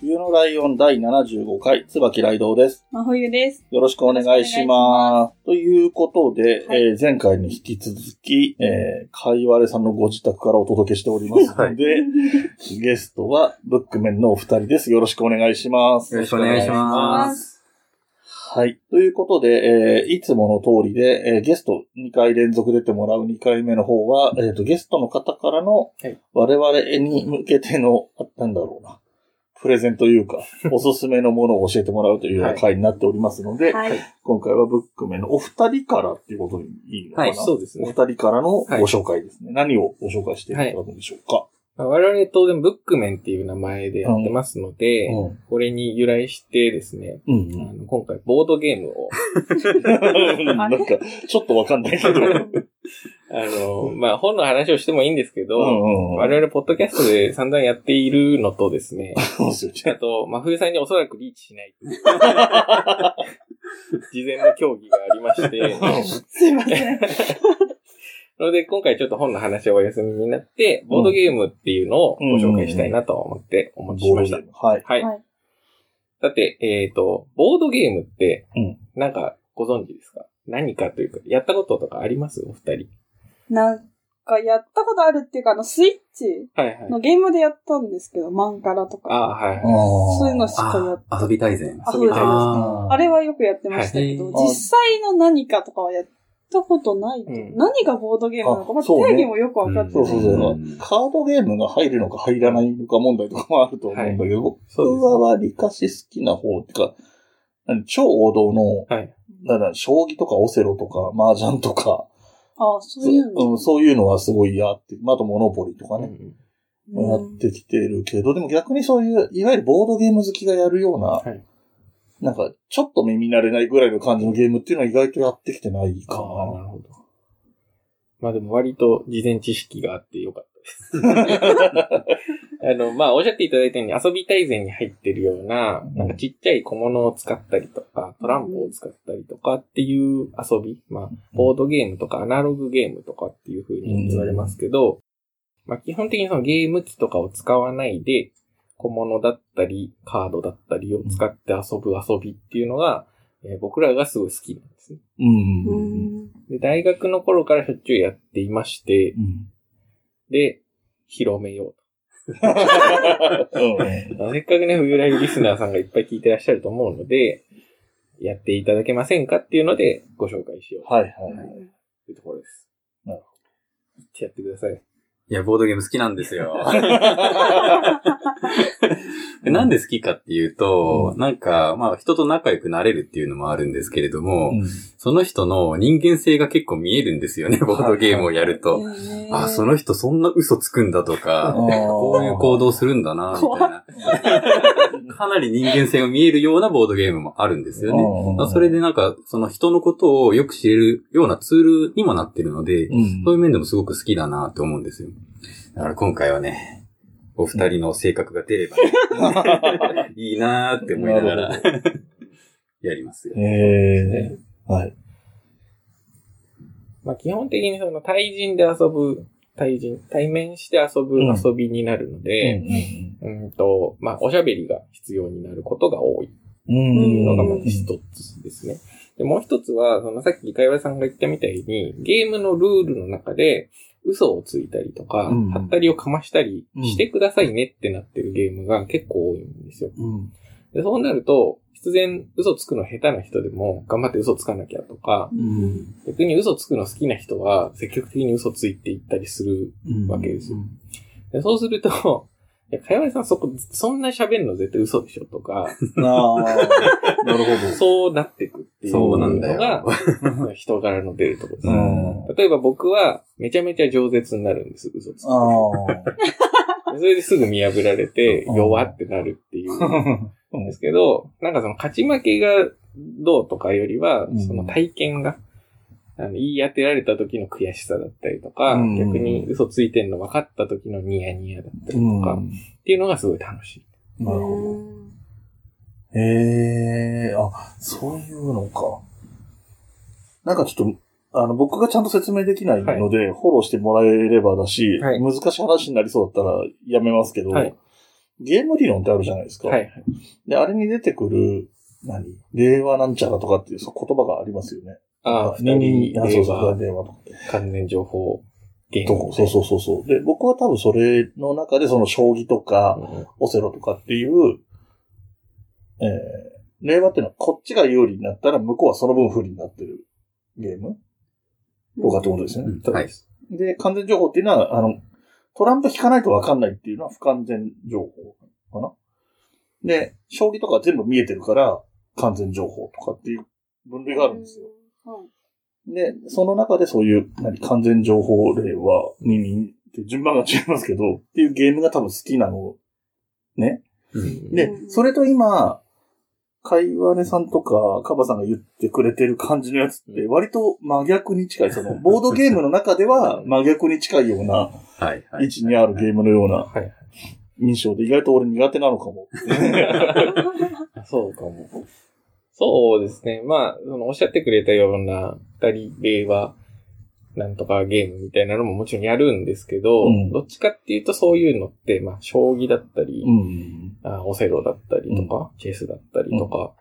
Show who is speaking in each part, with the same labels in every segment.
Speaker 1: 冬のライオン第75回、椿雷道です。
Speaker 2: 真冬です。
Speaker 1: よろしくお願いします。ということで、
Speaker 2: はい。
Speaker 1: えー前回に引き続き、えー、かいわれさんのご自宅からお届けしておりますので、ゲストはブックメンのお二人です。よろしくお願いします。
Speaker 3: よろしくお願いします
Speaker 1: はい。ということで、えーいつもの通りで、えーゲスト2回連続出てもらう2回目の方は、えーと、ゲストの方からの
Speaker 3: はい、
Speaker 1: 我々に向けての、あなんだろうな、プレゼンというか、おすすめのものを教えてもらうというような回になっておりますので、
Speaker 2: はい。
Speaker 1: 今回はブックメンのお二人からっていうことにいいのかな
Speaker 3: はいそうですね
Speaker 1: お二人からのご紹介ですね。何をご紹介していただくんでしょうか。
Speaker 3: まあ我々当然ブックメンっていう名前でやってますので、
Speaker 1: うん
Speaker 3: これに由来してですね、
Speaker 1: うん
Speaker 3: あの今回ボードゲームを、
Speaker 1: うん。なんか、ちょっとわかんないけど。うん
Speaker 3: あの、まあ本の話をしてもいいんですけど、
Speaker 1: うんうん。
Speaker 3: 我々ポッドキャストで散々やっているのとで すね、
Speaker 1: そうですよ
Speaker 3: あ
Speaker 1: ね。
Speaker 3: と、真冬さんにおそらくリーチしない。 事前の協議がありまして、
Speaker 2: すいません。
Speaker 3: それで今回ちょっと本の話はお休みになって、ボードゲームっていうのをご紹介したいなと思ってお持ちしました。
Speaker 1: ボードゲームはい。
Speaker 3: はい。
Speaker 2: はい
Speaker 3: だって、えっ、と、ボードゲームって
Speaker 1: うん、
Speaker 3: なんかご存知ですか何かというか、やったこととかありますお二人。
Speaker 2: なんか、やったことあるっていうか、あの、スイッチ
Speaker 3: はいはい。
Speaker 2: のゲームでやったんですけど、マンカラと
Speaker 3: あ
Speaker 2: か。
Speaker 3: はいはい。
Speaker 2: そういうのしかやっ
Speaker 4: ああ、遊び大全。
Speaker 2: あそうです
Speaker 3: 遊びたいです
Speaker 4: あ
Speaker 2: あれはよくやってましたけど、
Speaker 4: はい
Speaker 2: 実際の何かとかはやったことない。
Speaker 3: うん
Speaker 2: 何がボードゲームなのか、まあ、
Speaker 1: あそうね
Speaker 2: 定義もよくわかって
Speaker 1: そ
Speaker 2: な
Speaker 1: うそうそう。
Speaker 4: うん
Speaker 1: カードゲームが入るのか入らないのか問題とかもあると思うんだけど、
Speaker 3: そうです
Speaker 1: 僕は割かし好きな方ってか、何超王道の、
Speaker 3: はい
Speaker 1: なんだ将棋とかオセロとか麻雀とか、
Speaker 2: ああ、そういう
Speaker 1: そ
Speaker 2: の。
Speaker 1: うん、そういうのはすごいやって、まあ、あとモノポリとか
Speaker 3: う
Speaker 1: ね、
Speaker 3: ん
Speaker 1: やってきてるけど、でも逆にそういう、いわゆるボードゲーム好きがやるような、
Speaker 3: はい
Speaker 1: なんか、ちょっと耳慣れないぐらいの感じのゲームっていうのは意外とやってきてない
Speaker 3: あ
Speaker 1: か
Speaker 3: あ、なるほど。まあでも割と事前知識があってよかったです。あの、まあおっしゃっていただいたように遊び大全に入ってるような、なんかちっちゃい小物を使ったりとか、トランプを使ったりとかっていう遊び、まあボードゲームとかアナログゲームとかっていう風に言われますけど、まあ基本的にそのゲーム機とかを使わないで、小物だったり、カードだったりを使って遊ぶ遊びっていうのが、えー僕らがすごい好きなんですね。
Speaker 1: な。うん。
Speaker 2: う
Speaker 1: うん。
Speaker 2: ん。
Speaker 3: で、大学の頃からしょっちゅうやっていまして、で、広めようと。せっかくね、冬ライブリスナーさんがいっぱい聞いてらっしゃると思うので、やっていただけませんかっていうので、ご紹介しよう
Speaker 1: はいはい。
Speaker 3: というところです。
Speaker 1: なる
Speaker 3: ほど。ってやってください。
Speaker 4: いや、ボードゲーム好きなんで すよ。でなんで好きかっていうと、なんか、まあ、人と仲良くなれるっていうのもあるんですけれども、
Speaker 1: うん
Speaker 4: その人の人間性が結構見えるんで すよね、ボードゲームをやると。
Speaker 2: へー
Speaker 4: あ、その人そんな嘘つくんだとか、
Speaker 1: うん
Speaker 4: こういう行動するんだな、みたいな。かなり人間性が見えるようなボードゲームもあるんですよね。まあそれで、なんか、その人のことをよく知れるようなツールにもなってるので、
Speaker 1: うん
Speaker 4: そういう面でもすごく好きだなと思うんですよ。だから今回はね、お二人の性格が出ればね、 いいなーって思いな
Speaker 1: な
Speaker 4: がら、やりますよ。
Speaker 1: えー、はい。
Speaker 3: まあ、基本的にその対人で遊ぶ、対人、対面して遊ぶ
Speaker 1: うん
Speaker 3: 遊びになるので、うん、と、まあ、おしゃべりが必要になることが多い。
Speaker 1: うん
Speaker 3: っていうのが
Speaker 2: ん
Speaker 3: まず一つですね。で、もう一つは、そのさっきかいわさんが言ったみたいに、ゲームのルールの中で、嘘をついたりとか、
Speaker 1: うん
Speaker 3: はったりをかましたりしてくださいねってなってるゲームが結構多いんですよ。
Speaker 1: うん
Speaker 3: で、そうなると、必然嘘つくの下手な人でも、頑張って嘘つかなきゃとか、
Speaker 1: うん
Speaker 3: 逆に嘘つくの好きな人は、積極的に嘘ついていったりする。
Speaker 1: うん
Speaker 3: わけですよ。でそうすると、 いや、かいわさんそこ、そんな喋るの絶対嘘でしょと か、
Speaker 1: ああ、なるほど。
Speaker 3: そうなってくっていうの
Speaker 4: そうなんだ
Speaker 3: が
Speaker 4: よ、
Speaker 3: 人柄の出るところです。
Speaker 1: うん
Speaker 3: 例えば僕は、めちゃめちゃ饒舌になるんです、嘘つき。
Speaker 1: あ
Speaker 3: それですぐ見破られて、
Speaker 1: うん
Speaker 3: 弱ってなるって いう。
Speaker 1: あ。
Speaker 3: ですけど、なんかその勝ち負けがどうとかよりは
Speaker 1: う、ん
Speaker 3: その体験が、あの、言い当てられた時の悔しさだったりとか、
Speaker 1: うん
Speaker 3: 逆に嘘ついてんの分かった時のニヤニヤだったり
Speaker 1: うん
Speaker 3: とか、っていうのがすごい楽しい。
Speaker 1: なるほど。ええあ、そういうのか。なんかちょっと、あの、僕がちゃんと説明できないので、フォローしてもらえればだし、
Speaker 3: はい
Speaker 1: 難しい話になりそうだったらやめますけど、
Speaker 3: はい
Speaker 1: ゲーム理論ってあるじゃないですか。
Speaker 3: はいはい。
Speaker 1: で、あれに出てくる、何令和なんちゃらとかっていうそう言葉がありますよね。
Speaker 3: ああ、
Speaker 1: 二
Speaker 3: 二人
Speaker 1: 人、あそうそう、
Speaker 3: で
Speaker 1: 令和とか。
Speaker 3: 完全情報ゲー
Speaker 1: ど
Speaker 3: ム
Speaker 1: こそうそうそうそう。で、僕は多分それの中で、その将棋とか、
Speaker 3: うん
Speaker 1: オセロとかっていう、えー、令和っていうのはこっちが有利になったら向こうはその分不利になってるゲームとかってことですよね。
Speaker 4: うんはい。
Speaker 1: で、完全情報っていうのは、あの、トランプ引かないとわかんないっていうのは不完全情報かな。で、将棋とかは全部見えてるから完全情報とかっていう分類があるんですよ。
Speaker 2: うん。
Speaker 1: で、その中でそういう、何、完全情報例は、ににって順番が違いますけど、っていうゲームが多分好きなの、ね。
Speaker 3: うん
Speaker 1: で
Speaker 2: う、ん
Speaker 1: それと今、カイワネさんとか、カバさんが言ってくれてる感じのやつって、割と真逆に近い、その、ボードゲームの中では真逆に近いような
Speaker 4: はい。は
Speaker 1: 位
Speaker 4: い。
Speaker 1: 置にあるゲームのような
Speaker 3: はい。
Speaker 1: 印象で、意外と俺苦手なのかも。
Speaker 3: あそうかも。そうですね。まあ、そのおっしゃってくれたような、二人令和、なんとかゲームみたいなのももちろんやるんですけど、
Speaker 1: うん
Speaker 3: どっちかっていうとそういうのって、まあ、将棋だったり、
Speaker 1: うん。
Speaker 3: あオセロだったりとか、チェスだったりとか、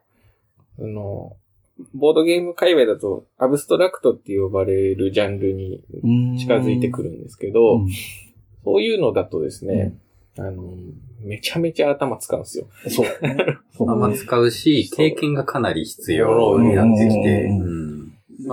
Speaker 3: あの、ボードゲーム界隈だと、アブストラクトって呼ばれるジャンルに近づいてく
Speaker 1: る
Speaker 3: るんですけど、
Speaker 1: うん
Speaker 3: そういうのだとですね、あの、めちゃめちゃ頭使うんですよ。
Speaker 1: そう。そう
Speaker 4: まあ使うし、経験がかなり必要になってきて、
Speaker 1: うん
Speaker 4: うん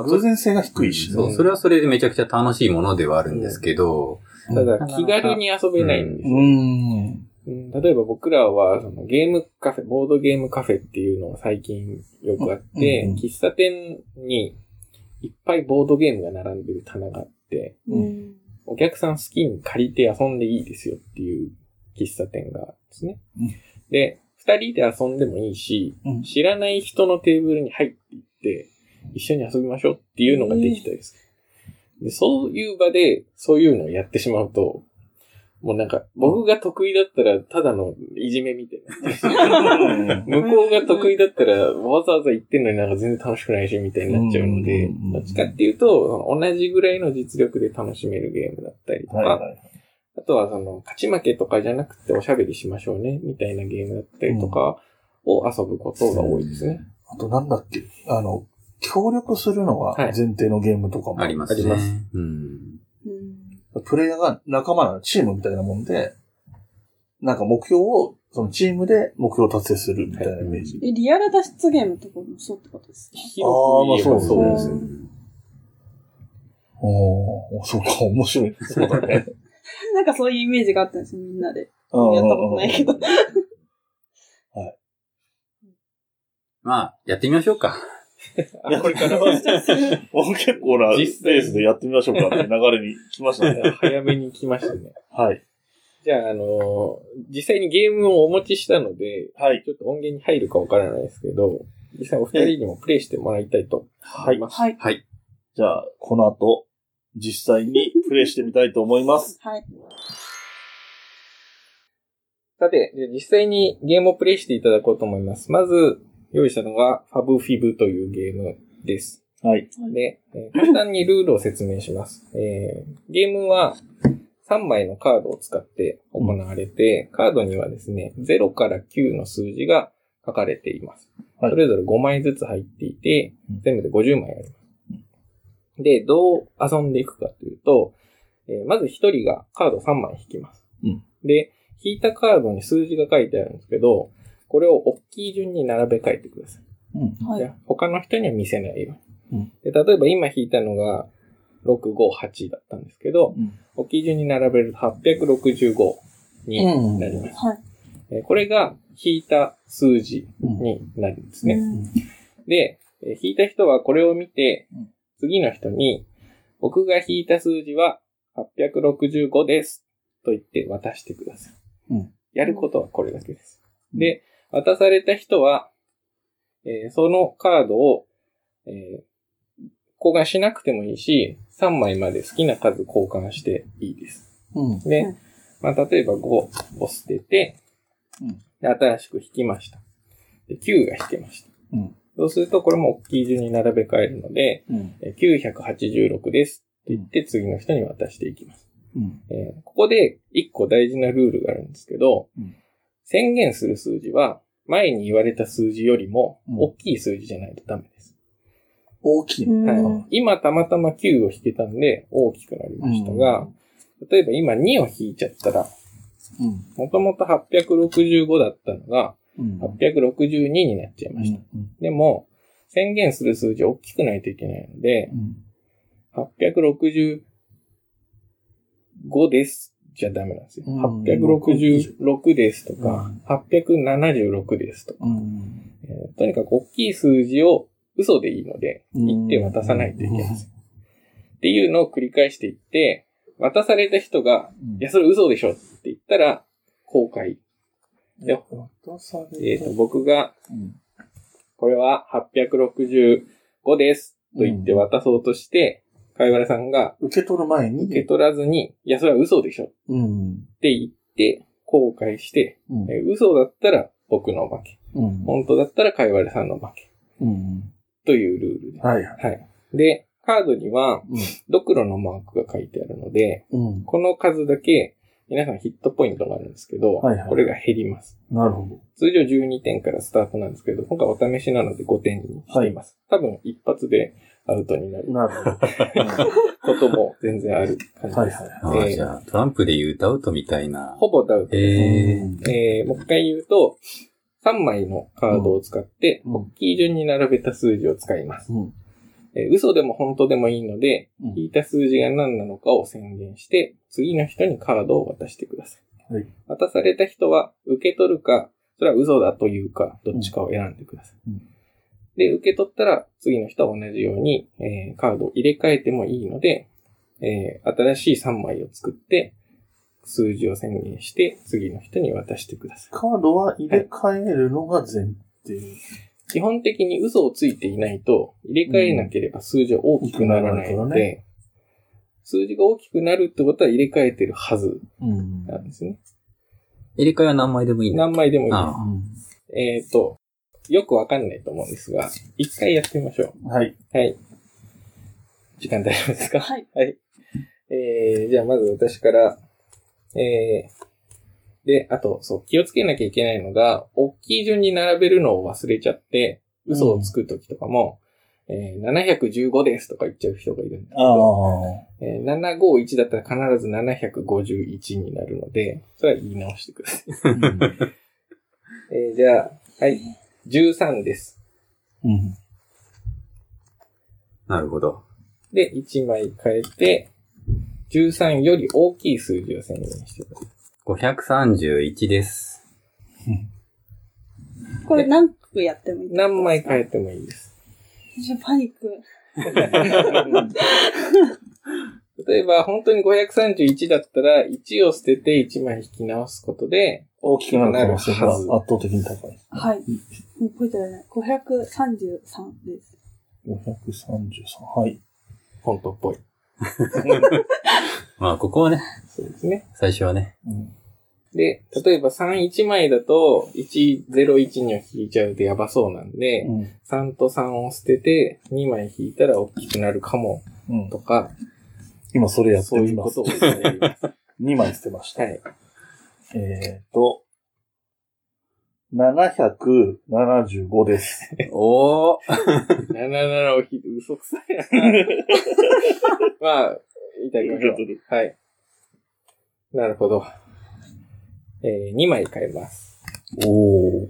Speaker 1: 偶然性が低いしね。
Speaker 4: そう、それはそれでめちゃくちゃ楽しいものではあるんですけど、
Speaker 3: ただ、気軽に遊べないんですよ。
Speaker 1: うん。
Speaker 3: うん例えば僕らは、そのゲームカフェ、ボードゲームカフェっていうのが最近よくあって、
Speaker 1: うんうん
Speaker 3: 喫茶店にいっぱいボードゲームが並んでる棚があって、
Speaker 2: うん。
Speaker 3: お客さん好きに借りて遊んでいいですよっていう喫茶店があるんですね
Speaker 1: うん。
Speaker 3: で、二人で遊んでもいいし、
Speaker 1: うん
Speaker 3: 知らない人のテーブルに入っていって、一緒に遊びましょうっていうのができたりする。で、そういう場で、そういうのをやってしまうと、もうなんか、僕が得意だったら、ただのいじめみたいな。向こうが得意だったら、わざわざ言ってんのになんか全然楽しくないし、みたいになっちゃうので
Speaker 1: うんうんうんうん、
Speaker 3: どっちかっていうと、同じぐらいの実力で楽しめるゲームだったりとか、
Speaker 1: はいはい。
Speaker 3: あとはその、勝ち負けとかじゃなくておしゃべりしましょうね、みたいなゲームだったりとかを遊ぶことが多いですね。
Speaker 1: あとなんだっけ、あの、協力するのが前提のゲームとかも
Speaker 4: あります
Speaker 3: あります
Speaker 4: ね。うん
Speaker 2: うん。
Speaker 1: プレイヤーが仲間なの、チームみたいなもんで、なんか目標を、そのチームで目標を達成するみたいなイメージ。
Speaker 2: え、リアル脱出ゲームとかもそうってことですか
Speaker 3: 広く言えば
Speaker 1: あーまあ
Speaker 2: そうですね
Speaker 1: おー、そうか、面白い。そうだね。
Speaker 2: なんかそういうイメージがあったんですよ、みんなで。
Speaker 1: うんうん
Speaker 2: や
Speaker 1: う
Speaker 2: っ
Speaker 1: ん
Speaker 2: たことないけど。
Speaker 4: まあ、やってみましょう か。
Speaker 1: あこれからはもう結構な
Speaker 3: 実際
Speaker 1: ペースでやってみましょうかっていう流れに来ました ね。
Speaker 3: 早めに来ましたね。
Speaker 1: はい。
Speaker 3: じゃあ、あのー実際にゲームをお持ちしたので、
Speaker 1: はい。
Speaker 3: ちょっと音源に入るかわからないですけど、実際お二人にもプレイしてもらいたいと
Speaker 1: は
Speaker 3: 思い
Speaker 1: い。
Speaker 3: ます。
Speaker 2: はい。
Speaker 4: はい。
Speaker 1: じゃあ、この後、実際にプレイしてみたいと思います。
Speaker 2: はい。
Speaker 3: さて、じゃあ実際にゲームをプレイしていただこうと思います。まず、用意したのが、ファブフィブというゲームです。
Speaker 1: はい。
Speaker 3: で、えー簡単にルールを説明します。えーゲームは3枚のカードを使って行われて、カードにはですね、0から9の数字が書かれています。
Speaker 1: はい
Speaker 3: それぞれ5枚ずつ入っていて
Speaker 1: うん、
Speaker 3: 全部で50枚あります。で、どう遊んでいくかというと、えーまず1人がカード3枚引きます。
Speaker 1: うん
Speaker 3: で、引いたカードに数字が書いてあるんですけど、これを大きい順に並べ替えてください。
Speaker 1: うん。
Speaker 2: は
Speaker 3: じゃ
Speaker 2: い。
Speaker 3: あ他の人には見せないよう
Speaker 1: うん
Speaker 3: に。で例えば今引いたのが658だったんですけど、お基準に並べると865に
Speaker 1: うん
Speaker 3: なります。
Speaker 2: はい。
Speaker 3: えーこれが引いた数字
Speaker 1: うん
Speaker 3: になるんです
Speaker 2: う
Speaker 3: ね。
Speaker 2: ん
Speaker 3: で、えー引いた人はこれを見て
Speaker 1: うん、
Speaker 3: 次の人に、僕が引いた数字は865ですと言って渡してください。
Speaker 1: うん
Speaker 3: やることはこれだけです。
Speaker 1: うん
Speaker 3: で、渡された人は、えーそのカードを、えー交換しなくてもいいし、3枚まで好きな数交換していいです。
Speaker 1: うん。
Speaker 2: う
Speaker 3: で
Speaker 2: ん、
Speaker 3: まあ、例えば5を捨てて
Speaker 1: うん、
Speaker 3: で新しく引きました。で、9が引けました。
Speaker 1: うん
Speaker 3: そうすると、これも大きい順に並べ替えるので、
Speaker 1: うん。
Speaker 3: え986です。と言って、次の人に渡していきます。
Speaker 1: うん。
Speaker 3: えーここで、1個大事なルールがあるんですけど、
Speaker 1: うん
Speaker 3: 宣言する数字は、前に言われた数字よりも、
Speaker 1: うん
Speaker 3: 大きい数字じゃないとダメです。
Speaker 1: 大きい。
Speaker 2: うん
Speaker 3: はい、今、たまたま9を引けたんで、大きくなりましたが、例えば今2を引いちゃったら、
Speaker 1: うん。
Speaker 3: もともと865だったのが、
Speaker 1: うん。
Speaker 3: 862になっちゃいました。
Speaker 1: う
Speaker 3: でも、宣言する数字大きくないといけないので、
Speaker 1: ん。
Speaker 3: 865ですじゃダメなんですよ。
Speaker 1: うん
Speaker 3: 866ですとか、876ですとか、
Speaker 1: うん。
Speaker 3: えーとにかく大きい数字を嘘でいいので、
Speaker 1: うん
Speaker 3: 言って渡さないといけません。っていうのを繰り返していって、渡された人が、いや、それ嘘でしょって言ったら、公開。で
Speaker 1: 渡さ
Speaker 3: え
Speaker 1: れ
Speaker 3: っ、
Speaker 1: た
Speaker 3: と、僕が
Speaker 1: うん
Speaker 3: これは865です。と言って渡そうとして、貝原さんが
Speaker 1: 受け取る前に。
Speaker 3: 受け取らずに、いや、それは嘘でしょ。っ
Speaker 1: うん。
Speaker 3: て言って、後悔して、
Speaker 1: うん。
Speaker 3: え嘘だったら僕の負け。
Speaker 1: うん。
Speaker 3: 本当だったら貝原さんの負け。
Speaker 1: うん。
Speaker 3: というルールで
Speaker 1: はいはい。
Speaker 3: す。はい。で、カードには
Speaker 1: うん、
Speaker 3: ドクロのマークが書いてあるので、
Speaker 1: うん。
Speaker 3: この数だけ、皆さんヒットポイントがあるんですけど、
Speaker 1: はいはい
Speaker 3: これが減ります。
Speaker 1: なるほ
Speaker 3: 通常12点からスタートなんですけど、今回お試しなので5点にしています。多分一発でアウトになる
Speaker 1: ど。なるほど。
Speaker 3: ことも全然ある感じ
Speaker 1: は
Speaker 3: で
Speaker 1: い
Speaker 3: す。
Speaker 1: は
Speaker 4: あ
Speaker 3: え
Speaker 4: ー
Speaker 3: ー
Speaker 4: じゃあ、トランプで言うダウトみたいな。
Speaker 3: ほぼダウト。
Speaker 1: い。
Speaker 4: へえ。
Speaker 1: うん
Speaker 3: えーもう一回言うと、3枚のカードを使って、
Speaker 1: うん
Speaker 3: 大きい順に並べた数字を使います。
Speaker 1: うん
Speaker 3: えー嘘でも本当でもいいので、
Speaker 1: うん
Speaker 3: 引いた数字が何なのかを宣言して、次の人にカードを渡してください。
Speaker 1: はい
Speaker 3: 渡された人は、受け取るか、それは嘘だというか、どっちかを選んでくださ
Speaker 1: う
Speaker 3: い。
Speaker 1: ん
Speaker 3: で、受け取ったら、次の人は同じように、えーカードを入れ替えてもいいので、えー新しい3枚を作って、数字を宣言して、次の人に渡してください。
Speaker 1: カードは入れ替えるのが前提。
Speaker 3: 基本的に嘘をついていないと、入れ替えなければ数字は大きくならないので、数字が大きくなるってことは入れ替えてるはず
Speaker 1: うん
Speaker 3: なんですね。
Speaker 4: 入れ替えは何枚でもいいんだ。
Speaker 3: 何枚でもいいで
Speaker 4: あ
Speaker 3: す。えっ、と、よくわかんないと思うんですが、一回やってみましょ
Speaker 1: はい。
Speaker 3: う。はい。時間大丈夫ですか
Speaker 2: はい。
Speaker 3: はい。えー、じゃあまず私から、えー、で、あと、そう、気をつけなきゃいけないのが、大きい順に並べるのを忘れちゃって、嘘をつくときとかも、えー、715ですとか言っちゃう人がいるんですけ
Speaker 1: ああ。
Speaker 3: ど、えー、751だったら必ず751になるので、それは言い直してください。えー、じゃあ、はい、13です。
Speaker 1: うん。
Speaker 4: なるほど。
Speaker 3: で、1枚変えて、13より大きい数字を宣言してください。
Speaker 4: 531です。
Speaker 2: これ何個やってもいい
Speaker 3: 何枚変えてもいいです。
Speaker 2: じゃあパニック。
Speaker 3: 例えば、本当に531だったら、1を捨てて1枚引き直すことで、
Speaker 1: 大きくなる可能性が圧倒的に高いです。
Speaker 2: はい。もう覚えてられない。533です。
Speaker 1: 533。はい。
Speaker 3: 本当っぽい。
Speaker 4: まあ、ここはね、
Speaker 3: そうですね。
Speaker 4: 最初はね。
Speaker 1: うん
Speaker 3: で、例えば31枚だと、101には引いちゃうとやばそうなんで、
Speaker 1: うん
Speaker 3: 3と3を捨てて、2枚引いたら大きくなるかも、
Speaker 1: うん
Speaker 3: とか、
Speaker 1: 今それやって
Speaker 3: そうい
Speaker 1: み
Speaker 3: う
Speaker 1: ま
Speaker 3: こ
Speaker 1: す
Speaker 3: とを。やります。
Speaker 1: 2枚捨てました。
Speaker 3: はい。
Speaker 1: えっと、775です。
Speaker 4: おー
Speaker 3: 77を引いて、嘘くさい な。まあ、いただきましょう。
Speaker 1: る。
Speaker 3: はい。なるほど。えー、2枚買います。
Speaker 1: おー。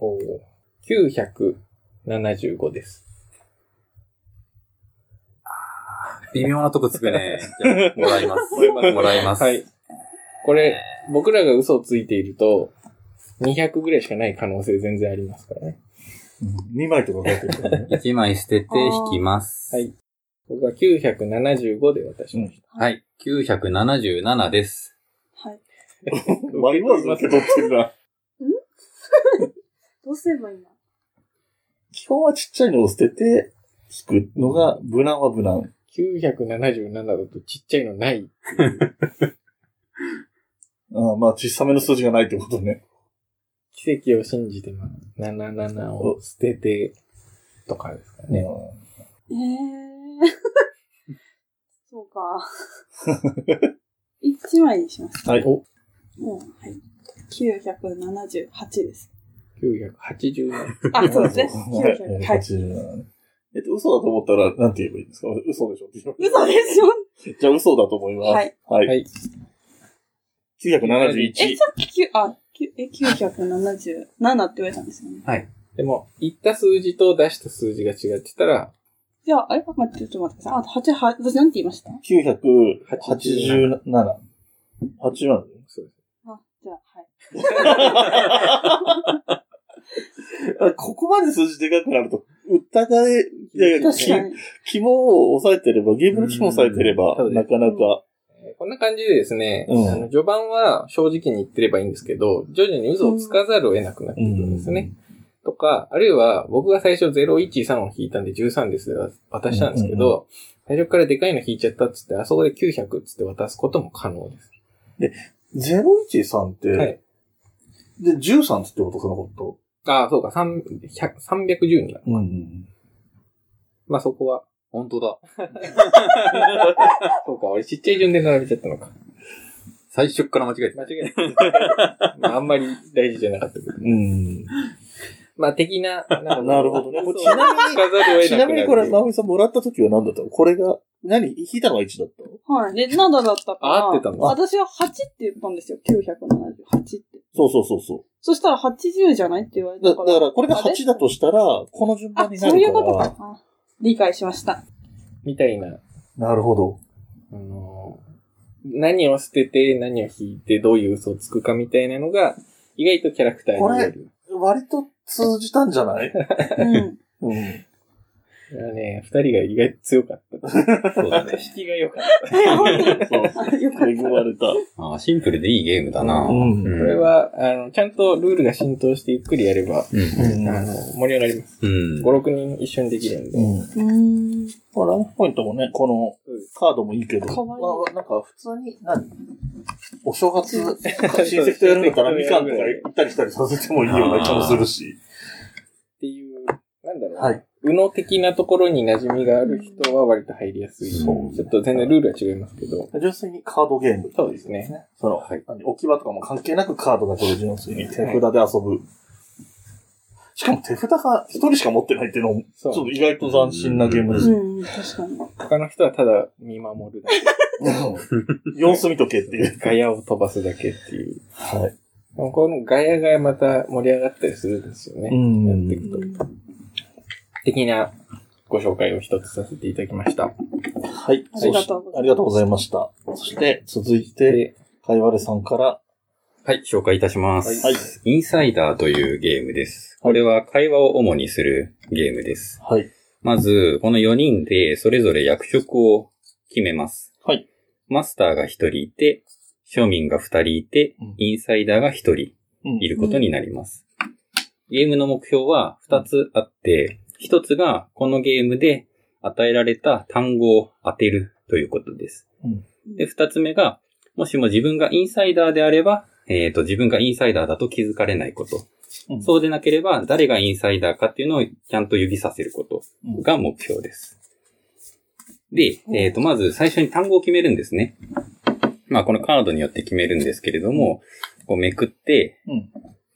Speaker 3: おー975です。
Speaker 4: 微妙なとこつくね。じゃあもらい ます。もらいます。
Speaker 3: はい。これ、僕らが嘘をついていると、200ぐらいしかない可能性全然ありますからね。
Speaker 1: 2枚とか書いてる からね。
Speaker 4: 1枚捨てて引きます。
Speaker 3: はい僕は975で渡しまし
Speaker 4: はい。977です。
Speaker 2: はい。
Speaker 3: た。
Speaker 1: 迷わず受け取ってるな。
Speaker 2: どうすればいいの
Speaker 1: 基本はちっちゃいのを捨てて、引くのが、無難は無難。
Speaker 3: 977だとちっちゃいのない。
Speaker 1: ああまあ、小さめの数字がないってことね。
Speaker 3: 奇跡を信じて、まあ、77を捨てて、とかですかね。
Speaker 2: え
Speaker 1: うん
Speaker 2: え そう か。一枚にします。
Speaker 1: はい。
Speaker 3: お、
Speaker 2: もう、はい。978です。
Speaker 3: 980。
Speaker 2: あ、そうですね。
Speaker 1: はい。
Speaker 2: 900はい。
Speaker 1: えっと、嘘だと思ったら、なんて言えばいいんですか嘘でしょって言う
Speaker 2: 嘘ですよ。
Speaker 1: じゃあ、嘘だと思います。
Speaker 2: はい。
Speaker 1: はい。
Speaker 3: はい
Speaker 1: 971。
Speaker 2: え、さっき9、あ、きゅえ、977って言われたんですよね。
Speaker 3: でも、言った数字と出した数字が違ってたら、
Speaker 2: じゃあ、あれ待って、ちょっと待ってください。あ、八八私なんて言いました
Speaker 1: 987。87。
Speaker 3: そうです。
Speaker 2: あ、じゃあ、はい。
Speaker 1: あここまで数字でかくなると、疑え、いやいや、
Speaker 2: 確
Speaker 1: き
Speaker 2: かに。
Speaker 1: 肝を抑えてれば、ゲームの肝を抑えてれば
Speaker 3: うんそう、で
Speaker 1: な
Speaker 3: す
Speaker 1: かなか、
Speaker 3: えーこんな感じでですね、
Speaker 1: うん
Speaker 3: あの序盤は正直に言ってればいいんですけど、徐々に嘘をつかざるを得なくなってくるんですね。とか、あるいは僕が最初013を引いたんで13ですで渡したんですけど、
Speaker 1: う
Speaker 3: 最初からでかいの引いちゃったっつって、あそこで900っつって渡すことも可能です。
Speaker 1: 013って、
Speaker 3: はい。
Speaker 1: で、13ってことそのこと。
Speaker 3: ああ、そうか、3 100 310になる。
Speaker 1: うんうん。
Speaker 3: まあそこは。
Speaker 4: 本当だ。
Speaker 3: そうか、俺ちっちゃい順で並べちゃったのか。
Speaker 4: 最初から間違えてた。
Speaker 3: 間違 えない。まああんまり大事じゃなかったけど。
Speaker 1: うん。
Speaker 3: まあ的な、な
Speaker 1: なるほどね
Speaker 3: 嘘を
Speaker 1: ちなみに
Speaker 3: つかざるを 得
Speaker 1: ち
Speaker 3: な
Speaker 1: な
Speaker 3: く
Speaker 1: み
Speaker 3: な
Speaker 1: に
Speaker 3: る
Speaker 1: これ、直美さんもらった時は何だったのこれが、何引いたのが1だったの
Speaker 2: はい。で、7だったから。
Speaker 3: あ合ってたの
Speaker 2: 私は8って言ったんですよ。978って。
Speaker 1: そうそうそうそ
Speaker 2: そしたら80じゃないって言われ
Speaker 1: う。だ
Speaker 2: たか。
Speaker 1: だからら、これが8だとしたら、この順番
Speaker 2: あ、
Speaker 1: になるから。
Speaker 2: そういうことか。あ理解しました。
Speaker 3: みたいな。
Speaker 1: なるほど。
Speaker 3: あのー何を捨てて、何を引いて、どういう嘘をつくかみたいなのが、意外とキャラクターによる。
Speaker 1: 割と通じたんじゃない
Speaker 2: うん。
Speaker 1: うん。
Speaker 3: いやね、二人が意外と強か った。そうだね。引きが良かった。
Speaker 2: え、ほんとに
Speaker 1: そう
Speaker 2: あよかっ
Speaker 1: 恵まれた。
Speaker 4: あーシンプルでいいゲームだな。
Speaker 1: うん
Speaker 3: これ、は、あの、ちゃんとルールが浸透してゆっくりやれば、
Speaker 4: うん。
Speaker 3: あの、盛り上がります。
Speaker 4: うん。
Speaker 3: 5、6人一緒にできるんで。
Speaker 1: うん。
Speaker 2: た。うーん。
Speaker 1: まあ、ランクポイントもね、この
Speaker 3: そうです
Speaker 1: カードもいいけど、
Speaker 2: かわいい
Speaker 1: まあなんか普通に何、お正月、親戚とやるんだったらみかんとか行ったり来たりさせてもいいような気もするし。
Speaker 3: っていう、なんだろう、
Speaker 1: はい。
Speaker 3: 右脳的なところに馴染みがある人は割と入りやすい。ち
Speaker 4: そ
Speaker 3: ょ
Speaker 4: う
Speaker 3: っと全然ルールは違いますけど、
Speaker 1: 純粋にカードゲーム。
Speaker 3: そうですね。
Speaker 1: その、
Speaker 4: はい
Speaker 1: 何置き場とかも関係なくカードだけで純粋に手札で遊ぶ。しかも手札が一人しか持ってないっていうのも、ち
Speaker 3: そ
Speaker 1: ょっ
Speaker 3: う
Speaker 1: と意外と斬新なゲームです。
Speaker 2: うん、確かに。
Speaker 3: 他の人はただ見守るだけ。
Speaker 1: うん 様子見とけっていう。
Speaker 3: ガヤを飛ばすだけっていう。
Speaker 1: はい。
Speaker 3: このガヤがまた盛り上がったりするんですよ
Speaker 1: う
Speaker 3: ね。
Speaker 1: ん。
Speaker 3: やっていくと。的なご紹介を一つさせていただきました。
Speaker 1: はい。
Speaker 2: ありがとうございます
Speaker 1: そしありがとうございました。そして、続いて、
Speaker 3: で、
Speaker 1: かいわれさんから、
Speaker 4: はい、紹介いたします。
Speaker 1: はい
Speaker 4: インサイダーというゲームです。これは会話を主にするゲームです。
Speaker 1: はい。
Speaker 4: まず、この4人でそれぞれ役職を決めます。
Speaker 1: はい。
Speaker 4: マスターが1人いて、庶民が2人いて
Speaker 1: うん、
Speaker 4: インサイダーが1人
Speaker 1: うん
Speaker 4: いることになります。ゲームの目標は2つあって、1つがこのゲームで与えられた単語を当てるということです。で、二つ目が、もしも自分がインサイダーであれば、えっ、と、自分がインサイダーだと気づかれないこと。
Speaker 1: うん
Speaker 4: そうでなければ、誰がインサイダーかっていうのをちゃんと指させることが目標です。で、えっ、と、まず最初に単語を決めるんですね。まあ、このカードによって決めるんですけれども、こうめくって、
Speaker 1: うん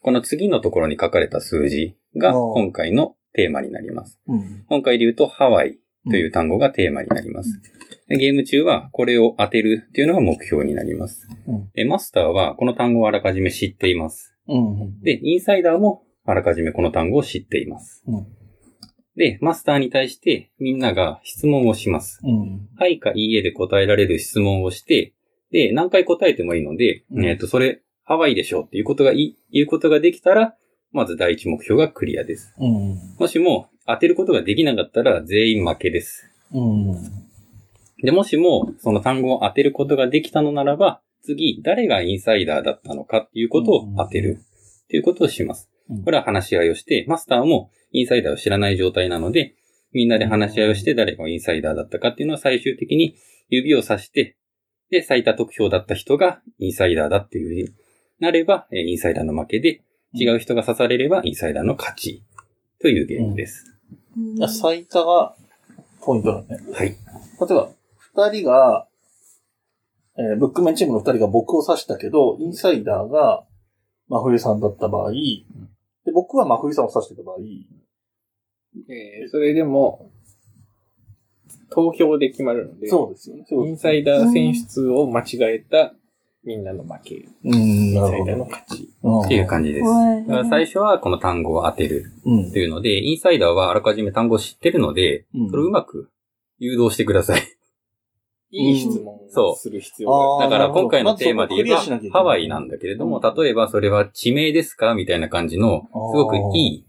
Speaker 4: この次のところに書かれた数字が
Speaker 1: あー
Speaker 4: 今回のテーマになります。
Speaker 1: うん。
Speaker 4: 今回で言うと、ハワイという単語がテーマになります。でゲーム中はこれを当てるっていうのが目標になります
Speaker 1: うん。
Speaker 4: でマスターはこの単語をあらかじめ知っています。
Speaker 1: うん。
Speaker 4: で、インサイダーもあらかじめこの単語を知っています
Speaker 1: うん。
Speaker 4: で、マスターに対してみんなが質問をします。
Speaker 1: うん。
Speaker 4: はいかいいえで答えられる質問をして、で、何回答えてもいいので、
Speaker 1: うん
Speaker 4: えっ、と、それ、ハワイでしょっていうことがい、言うことができたら、まず第一目標がクリアです。
Speaker 1: うん。
Speaker 4: もしも当てることができなかったら全員負けです。
Speaker 1: うん。
Speaker 4: で、もしもその単語を当てることができたのならば、次、誰がインサイダーだったのかっていうことを当てる。っていうことをします
Speaker 1: うん。
Speaker 4: これは話し合いをして、マスターもインサイダーを知らない状態なので、みんなで話し合いをして誰がインサイダーだったかっていうのを最終的に指を指して、で、最多得票だった人がインサイダーだっていうふうになれば、えーインサイダーの負けで、違う人が刺されればインサイダーの勝ちというゲームです。
Speaker 1: あ最多がポイントだね。
Speaker 4: はい。
Speaker 1: 例えば、二人が、えーブックメンチームの二人が僕を指したけど、インサイダーが真冬さんだった場合、で僕は真冬さんを指してた場合、
Speaker 3: えーそれでも、投票で決まるので、
Speaker 1: そうですよね。そうで
Speaker 3: イン
Speaker 1: す
Speaker 3: サイダー選出を間違えたみんなの負け、イ
Speaker 1: うん、
Speaker 3: ン
Speaker 1: な
Speaker 3: サイダー
Speaker 1: る
Speaker 3: の
Speaker 1: ほ
Speaker 3: 勝ち。
Speaker 1: ど。
Speaker 4: っていう感じです。
Speaker 2: はい
Speaker 4: だから最初はこの単語を当てる
Speaker 1: うん
Speaker 4: というので、インサイダーはあらかじめ単語を知ってるので、
Speaker 1: うん
Speaker 4: それをうまく誘導してください。
Speaker 3: いい質問をする必要が
Speaker 1: あ
Speaker 3: あ
Speaker 4: だ
Speaker 1: ー
Speaker 4: から今回のテーマで言え
Speaker 1: まずそこクリアしなきゃいけな
Speaker 4: ば、
Speaker 1: い
Speaker 4: ハワイなんだけれども、例えばそれは地名ですかみたいな感じの、すごくいい、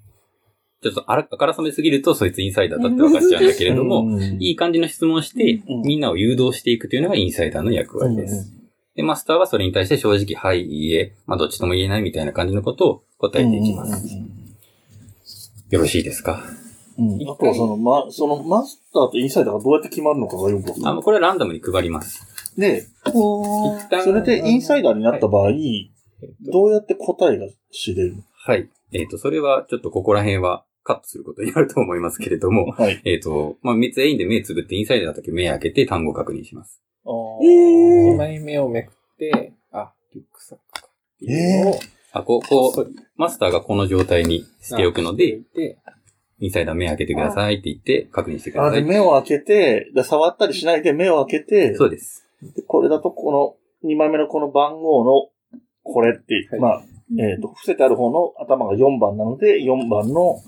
Speaker 4: ちょっとあらあからさめすぎるとそいつインサイダーだって分かっちゃうんだけれども、
Speaker 1: うん、
Speaker 4: いい感じの質問をして、
Speaker 1: うん
Speaker 4: みんなを誘導していくというのがインサイダーの役割です。で、マスターはそれに対して正直、はい、いいえ、まあどっちとも言えないみたいな感じのことを答えていきます。よろしいですか
Speaker 1: うんあとはその、ま、そのマスターとインサイダーがどうやって決まるのかがよくわかん
Speaker 4: あ
Speaker 1: ない
Speaker 4: これはランダムに配ります。
Speaker 1: で、
Speaker 2: おー
Speaker 3: 一旦
Speaker 1: それでインサイダーになった場合、
Speaker 3: えっと
Speaker 1: どうやって答えが知れるの
Speaker 4: はい。えっ、と、それはちょっとここら辺はカットすることになると思いますけれど も、
Speaker 1: はい。
Speaker 4: えっ、と、まあ、三つ全員で目つぶってインサイダーだけ目開けて単語を確認します。
Speaker 1: あー
Speaker 2: え
Speaker 3: 2
Speaker 2: ー
Speaker 3: 枚目をめくって、あ、リュックサックかって
Speaker 1: え
Speaker 3: いうのを、
Speaker 4: あ、こう、こう、マスターがこの状態にしておくので、
Speaker 3: で、
Speaker 4: インサイダー目開けてくださいって言って確認してく
Speaker 1: あ
Speaker 4: ださ
Speaker 1: で、
Speaker 4: い。
Speaker 1: 目を開けて、で触ったりしないで目を開けて、
Speaker 4: そうです。
Speaker 1: でこれだとこの2枚目のこの番号の、これって、
Speaker 3: はい
Speaker 1: まあ、えっ、と、伏せてある方の頭が4番なので、4番の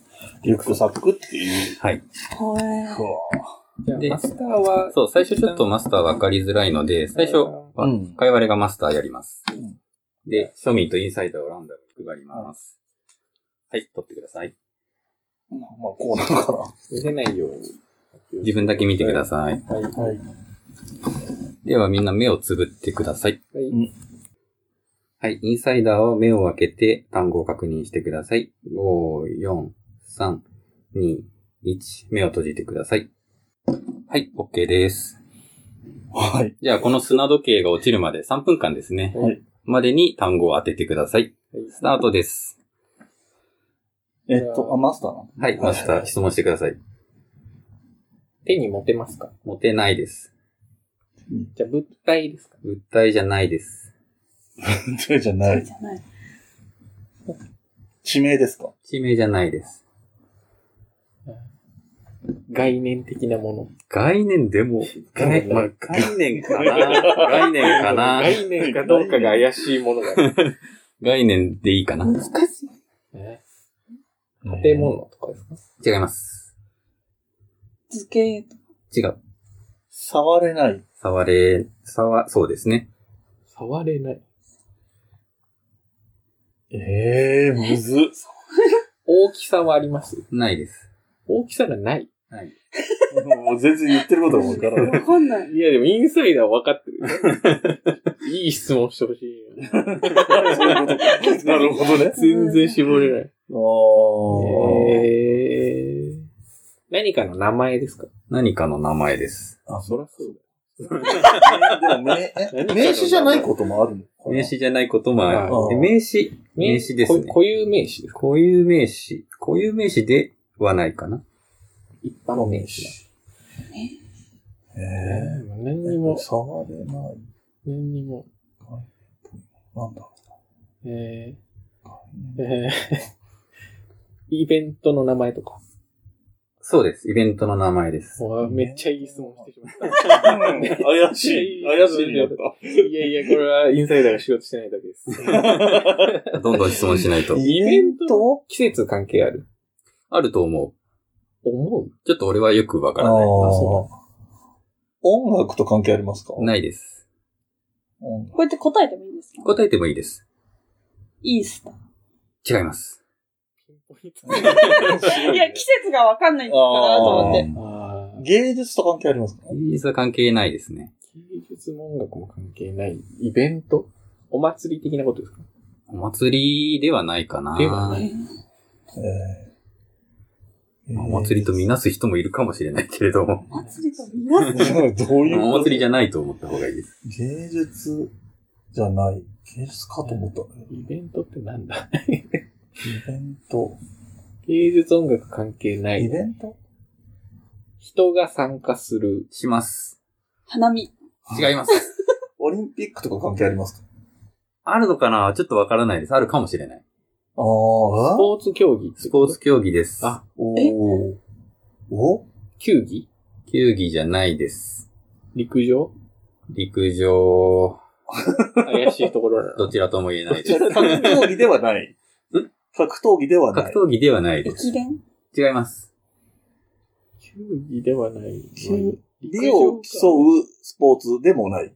Speaker 1: リュックサックっていう。
Speaker 4: はい。
Speaker 2: は
Speaker 3: じゃあ
Speaker 4: で
Speaker 3: マスターは、
Speaker 4: そう、最初ちょっとマスター分かりづらいので、最初は
Speaker 1: うん、
Speaker 4: かいわれがマスターやります
Speaker 1: ん。
Speaker 4: で、庶民とインサイダーをランダムに配ります。はい、取ってください。
Speaker 1: まあ、こうなのか
Speaker 3: 見せないように。
Speaker 4: 自分だけ見てください。
Speaker 3: はい。
Speaker 1: な。
Speaker 3: は。
Speaker 1: はいい。
Speaker 4: ではみんな目をつぶってください。
Speaker 1: ん
Speaker 4: はい、インサイダーは目を開けて単語を確認してください。5、4、3、2、1、目を閉じてください。はい、OK です。
Speaker 1: はい。
Speaker 4: じゃあこの砂時計が落ちるまで3分間ですね。
Speaker 1: はい
Speaker 4: までに単語を当ててください。
Speaker 3: はい
Speaker 4: スタートです。
Speaker 1: えっと、あ、マスターなの
Speaker 4: はい、マスター、質問してください。
Speaker 3: 手に持てますか
Speaker 4: モテないです。
Speaker 3: じゃあ物体ですか
Speaker 4: 訴えじゃないです。
Speaker 1: そ れじゃな
Speaker 2: ー。
Speaker 1: い。
Speaker 2: じゃない。
Speaker 1: 地名ですか
Speaker 4: 地名じゃないです。
Speaker 3: 概念的なも
Speaker 4: 概念でも、概,、まあ、概念かな概念
Speaker 3: の。
Speaker 4: かな
Speaker 3: 概念かどうかが怪しいものがあ る。
Speaker 4: 概念でいいかな
Speaker 2: 難しい。
Speaker 3: ね建物とかですか
Speaker 4: 違います。
Speaker 2: 図形と
Speaker 4: 違う。
Speaker 1: 触れない。
Speaker 4: 触れ、触、そうですね。
Speaker 3: 触れない。
Speaker 1: ええむずっ。
Speaker 3: 大きさはあります
Speaker 4: ないです。
Speaker 3: 大きさがない。
Speaker 4: はい。
Speaker 1: もう全然言ってることがわからない。
Speaker 2: わかんない。
Speaker 3: いや、でもインサイダー分かってる。 いい質問してほしいよ。
Speaker 1: なるほどね。
Speaker 3: 全然絞れない。
Speaker 1: あ
Speaker 3: えー、何かの名前ですか
Speaker 4: 何かの名前です。
Speaker 1: あ。あ、そ
Speaker 3: ゃそう
Speaker 1: でも名、え名詞じゃないこともあるのかな
Speaker 4: 名。詞じゃないこともある
Speaker 1: は。い
Speaker 4: で名詞、名詞ですね。
Speaker 3: 固有名詞ですか
Speaker 4: 固有名詞、固有名詞ではないかな。
Speaker 3: 一般名詞だ。
Speaker 1: え
Speaker 3: 何
Speaker 1: え
Speaker 3: にも、
Speaker 1: 触れない。
Speaker 3: 何にも。
Speaker 1: なんだろ
Speaker 3: え
Speaker 1: う
Speaker 3: ー、えー、 イベントの名前とか。
Speaker 4: そうです。イベントの名前です。
Speaker 3: うわめっちゃいい質問してしまった。
Speaker 1: 怪しい。怪しいやった。。
Speaker 3: いやいや、これはインサイダーが仕事してないだけです。
Speaker 4: どんどん質問しない と
Speaker 1: イベント
Speaker 3: 季節関係ある
Speaker 4: あると思
Speaker 3: 思う
Speaker 4: う。ちょっと俺はよくわか
Speaker 1: あ
Speaker 4: らない。
Speaker 1: ー音楽と関係ありますか
Speaker 4: ないです。
Speaker 1: 音楽
Speaker 2: こうやって答えてもいいんですか
Speaker 4: 答えてもいいです。
Speaker 2: イースタ
Speaker 4: 違います。
Speaker 2: ー。いや、季節がわかんないんだなと思って。
Speaker 3: ああ。
Speaker 1: 芸術と関係ありますか
Speaker 4: イーズは関係ないですね。
Speaker 3: 芸術も音楽も関係ないイベントお祭り的なことですか
Speaker 4: お祭りではないかな。
Speaker 3: ではな
Speaker 2: え
Speaker 3: い
Speaker 2: ー
Speaker 1: え
Speaker 4: まあお祭りとみなす人もいるかもしれないけれども、
Speaker 2: お祭りとみなす。
Speaker 1: どういう
Speaker 4: お祭りじ
Speaker 1: ゃ
Speaker 4: ゃないと思った方がいいです。
Speaker 1: 芸術じゃない。芸術かと思ったね。
Speaker 3: イベントってなんだ
Speaker 1: イベント。
Speaker 3: 芸術音楽関係な
Speaker 1: イ
Speaker 3: い。
Speaker 1: ベント
Speaker 3: 人が参加する。
Speaker 4: します。
Speaker 2: 花見。
Speaker 4: 違います。
Speaker 1: オリンピックとか関係ありますか
Speaker 4: あるのかなちょっとわからないです。あるかもしれない。
Speaker 1: ああ、
Speaker 3: スポーツ競技
Speaker 4: スポーツ競技です。
Speaker 3: あ
Speaker 1: お
Speaker 2: え
Speaker 1: ーお
Speaker 3: 球技
Speaker 4: 球技じゃないです。
Speaker 3: 陸上
Speaker 4: 陸上、
Speaker 3: 怪しいところだな。
Speaker 4: どちらとも言えないで
Speaker 1: じゃ
Speaker 4: す。
Speaker 1: あ格闘技では ない。格闘技ではない。
Speaker 4: 格闘技ではないです。
Speaker 2: 駅伝
Speaker 4: 違います。
Speaker 3: 球技ではない。
Speaker 1: 球
Speaker 3: 陸
Speaker 1: 美を競う
Speaker 3: う。
Speaker 1: スポーツでもない。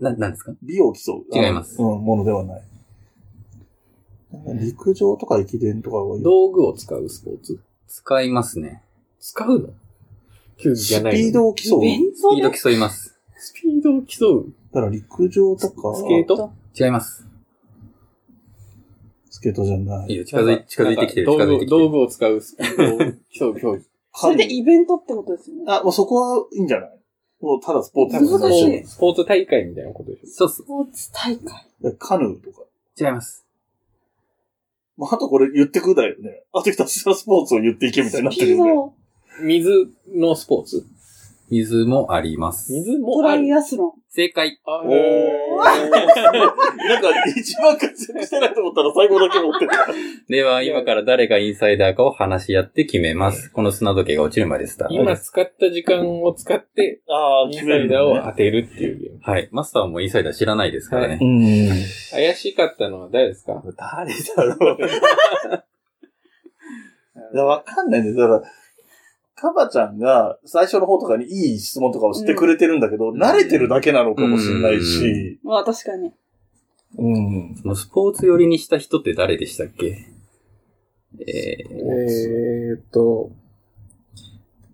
Speaker 4: な、なんですか
Speaker 1: 美を競う。
Speaker 4: 違います
Speaker 1: あのうん、ものではない。陸上とか駅伝とかは
Speaker 3: 道具を使うスポーツ
Speaker 4: 使いますね。
Speaker 3: 使うの球技
Speaker 1: ス
Speaker 3: じゃないの。
Speaker 1: ピードを競う。
Speaker 2: イベン
Speaker 4: ス
Speaker 2: ト
Speaker 4: ピード
Speaker 2: で
Speaker 4: 競います。
Speaker 3: スピードを競う。
Speaker 1: だから陸上とか、
Speaker 3: スケート
Speaker 4: 違います。
Speaker 1: スケートじゃない
Speaker 4: い
Speaker 1: い。
Speaker 4: よ、近づい、近づいてきてる、
Speaker 3: なん
Speaker 4: 近
Speaker 3: か
Speaker 4: づい
Speaker 3: 道具
Speaker 4: てきて
Speaker 3: 道
Speaker 4: る。
Speaker 3: 具を使うスピードを競う 競技。
Speaker 2: それでイベントってことですよね。
Speaker 1: あ、もうそこはいいんじゃないもうただスポーツ
Speaker 2: 難しい
Speaker 3: スポーツ大会みたいなことでしょ
Speaker 4: そうっ
Speaker 2: ス。
Speaker 4: す
Speaker 2: ポーツ大会。
Speaker 1: カヌーとか。
Speaker 4: 違います。
Speaker 1: まあ、あとこれ言ってくだよね。あとひたすらスポーツを言っていけみたいになって
Speaker 2: ピ
Speaker 1: る
Speaker 2: ー
Speaker 1: よね。
Speaker 2: ド、
Speaker 3: 水のスポーツ
Speaker 4: 水もあります。
Speaker 3: 水
Speaker 2: ト
Speaker 3: もあ
Speaker 2: ラ
Speaker 3: る
Speaker 2: イ。アスロン。
Speaker 4: 正解。
Speaker 3: あ
Speaker 1: おー なんか一番活躍してないと思ったら最後だけ持ってた。
Speaker 4: では、今から誰がインサイダーかを話し合って決めます。この砂時計が落ちるまでスタート
Speaker 3: 今
Speaker 4: です。
Speaker 3: 使った時間を使って、
Speaker 1: ああ、
Speaker 3: インサ
Speaker 1: 決め
Speaker 3: イ
Speaker 1: る
Speaker 3: ダー
Speaker 1: のね
Speaker 3: を当てるっていうゲーム。
Speaker 4: はい。マスターもインサイダー知らないですからね。
Speaker 1: うん。
Speaker 3: 怪しかったのは誰ですか
Speaker 4: 誰だろう。
Speaker 1: いや、わかんないね。だから、カバちゃんが最初の方とかにいい質問とかをしてくれてるんだけど、
Speaker 4: ん
Speaker 1: 慣れてるだけなのかもしれないし、
Speaker 2: まあ確かに。
Speaker 1: うん。
Speaker 4: そのスポーツ寄りにした人って誰でしたっけえー、
Speaker 3: えーっと、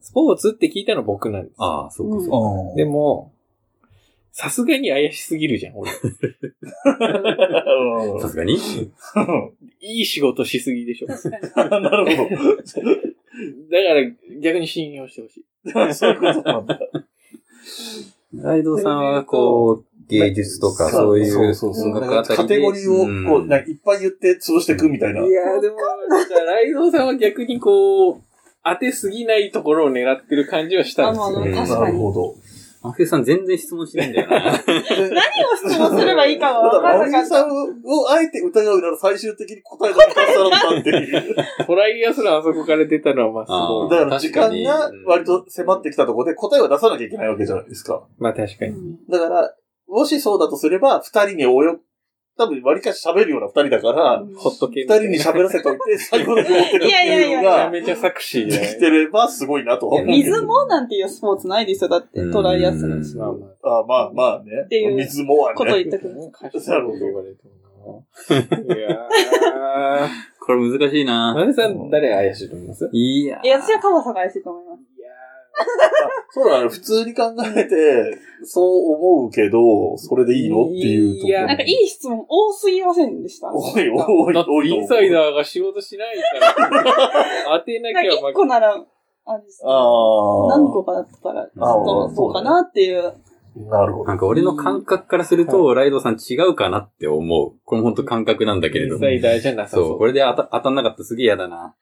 Speaker 3: スポーツって聞いたの僕なんです。
Speaker 4: ああ、そうかそうか。
Speaker 1: あ
Speaker 3: でも、さすがに怪しすぎるじゃん、俺。
Speaker 1: も
Speaker 4: さすがに
Speaker 3: いい仕事しすぎ でしょ。だか
Speaker 2: 確かに。
Speaker 1: なるほ
Speaker 3: ら逆に信用してほしい。
Speaker 1: ど。そういうことなんだ。
Speaker 4: ライドさんは、こう、芸術とか、そういう
Speaker 1: そうそう
Speaker 4: 音楽あたりで。
Speaker 1: カテゴリーを、こう、
Speaker 4: ん
Speaker 1: なんかいっぱい言って潰していくみたいな。
Speaker 3: いやーでも、じゃあライドウさんは逆にこう、当てすぎないところを狙ってる感じはしたんです
Speaker 2: あま
Speaker 3: よ
Speaker 2: あ。確
Speaker 1: な
Speaker 2: か
Speaker 1: る
Speaker 2: に。
Speaker 1: ほど。
Speaker 4: マフィさん全然質問しないんだよな。
Speaker 2: 何を質問すればいいかは
Speaker 1: た
Speaker 2: 分
Speaker 1: だ、
Speaker 2: から
Speaker 1: マ
Speaker 2: な
Speaker 1: リ
Speaker 2: か
Speaker 1: ー
Speaker 2: っ
Speaker 1: さんをあえて疑うなら最終的に答えが出さなったっていう。
Speaker 3: トライアスロンあそこから出たのはまあす
Speaker 4: あ
Speaker 3: ご
Speaker 4: ー
Speaker 3: い。
Speaker 1: だから時間が割と迫ってきたところで答えは出さなきゃいけないわけじゃないですか。
Speaker 3: まあ確か
Speaker 2: た。う
Speaker 3: に。
Speaker 2: ん
Speaker 1: だから、もしそうだとすれば、二人に応用、多分割かし喋るような二人だから、
Speaker 3: ホット
Speaker 1: 二
Speaker 3: 系
Speaker 1: 人に喋らせとい て、最後だけ持ってくっていうの
Speaker 3: めちゃ
Speaker 1: が、
Speaker 3: めちゃ作詞じゃ
Speaker 1: で
Speaker 3: ない
Speaker 1: きてればすごいなとは思うけど。
Speaker 2: 水もなんていうスポーツないですよ。だって、トライアスロンし
Speaker 3: まあまあ。
Speaker 1: あまあまあね。
Speaker 2: ていう
Speaker 1: 水もは
Speaker 2: こと
Speaker 1: ね。
Speaker 2: 言ったくない。
Speaker 1: なるほど
Speaker 3: 言われてもな。いやー。
Speaker 4: これ難しいな。
Speaker 3: マネさん、誰怪しいと思います
Speaker 4: いや。
Speaker 2: いや、私はカバさんが怪しいと思います。
Speaker 3: いや
Speaker 1: そうだね。普通に考えて、そう思うけど、それでいいのっていうとこ
Speaker 3: いや
Speaker 1: ろ。
Speaker 2: なんかいい質問多すぎませんでした
Speaker 1: 多い、多い、
Speaker 3: だって
Speaker 1: 多い。
Speaker 3: インサイダーが仕事しないから、当てな
Speaker 2: なん
Speaker 3: き
Speaker 2: か
Speaker 3: ゃ
Speaker 2: 一個なら、あれです
Speaker 1: ああ。
Speaker 2: 何個かだったから、
Speaker 4: あー
Speaker 2: どうそうかなっていう。
Speaker 1: なるほ
Speaker 4: な
Speaker 1: ど。
Speaker 4: んか俺の感覚からすると、ライドさん違うかなって思う。これも本当感覚なんだけれ
Speaker 3: イ
Speaker 4: ど
Speaker 3: ン
Speaker 4: も
Speaker 3: サ。イダーじゃなさ
Speaker 4: そ、
Speaker 3: そうう。
Speaker 4: これで当た当たんなかったらすげえ嫌だな。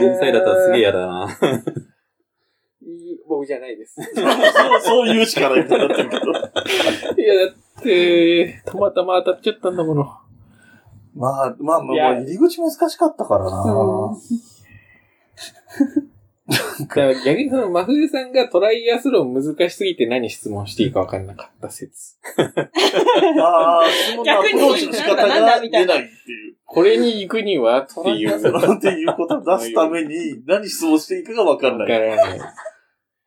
Speaker 4: インサイダーだったらすげえ嫌だな。
Speaker 3: いい僕じゃないです。い
Speaker 1: そう、そういうしかないみたいになってるけど。
Speaker 3: や、だって、たまたま当たっちゃったんだもの。
Speaker 1: まあ、まあ、まあ、
Speaker 3: い
Speaker 1: ま
Speaker 3: や
Speaker 1: あ入り口難しかったからな。
Speaker 2: うん
Speaker 3: だから逆にその、真冬さんがトライアスロン難しすぎて何質問していいか分かんなかった説。
Speaker 1: ああ、質問のアプローチの仕方が出ないっていう。
Speaker 3: これに行くにはっていう。
Speaker 1: そのっていうことを出すために、何質問していいかがわかん
Speaker 3: わ
Speaker 1: な
Speaker 3: か
Speaker 1: い。
Speaker 3: らない。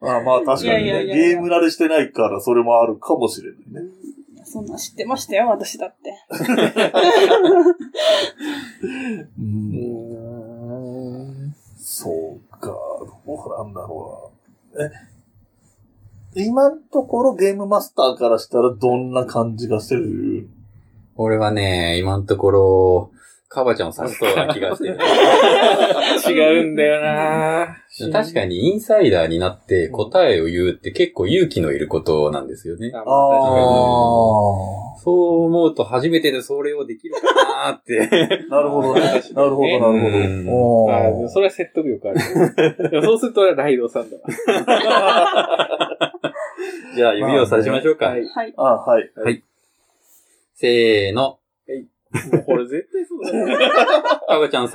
Speaker 1: ああまあ確かに
Speaker 2: いや
Speaker 1: ね、
Speaker 2: いやいやい
Speaker 1: ゲー
Speaker 2: や
Speaker 1: ム慣れしてないから、それもあるかもしれないね。
Speaker 2: そんな知ってましたよ、私だって。
Speaker 1: う、
Speaker 3: うんーん
Speaker 1: そうか、どうなんだろうな。え、今のところゲームマスターからしたらどんな感じがする
Speaker 4: 俺はね、今のところ、カバちゃんを指しそうな気がしてる。
Speaker 3: 違うんだよな
Speaker 4: 確かにインサイダーになって答えを言うって結構勇気のいることなんですよね。
Speaker 3: あ
Speaker 1: あ
Speaker 4: そう思うと初めてでそれをできるかなー って。
Speaker 1: あ。なるほどね。なるほど、なるほ
Speaker 3: あ
Speaker 1: ど
Speaker 3: ー。それは説得力ある。でもそうすると俺はライドさんだわ。
Speaker 4: じゃあ指をさしましょうか。
Speaker 3: はい
Speaker 2: はい。
Speaker 1: ああ、はい。
Speaker 4: せーの。
Speaker 3: もうこれ絶対そうだよ。
Speaker 4: カバちゃん3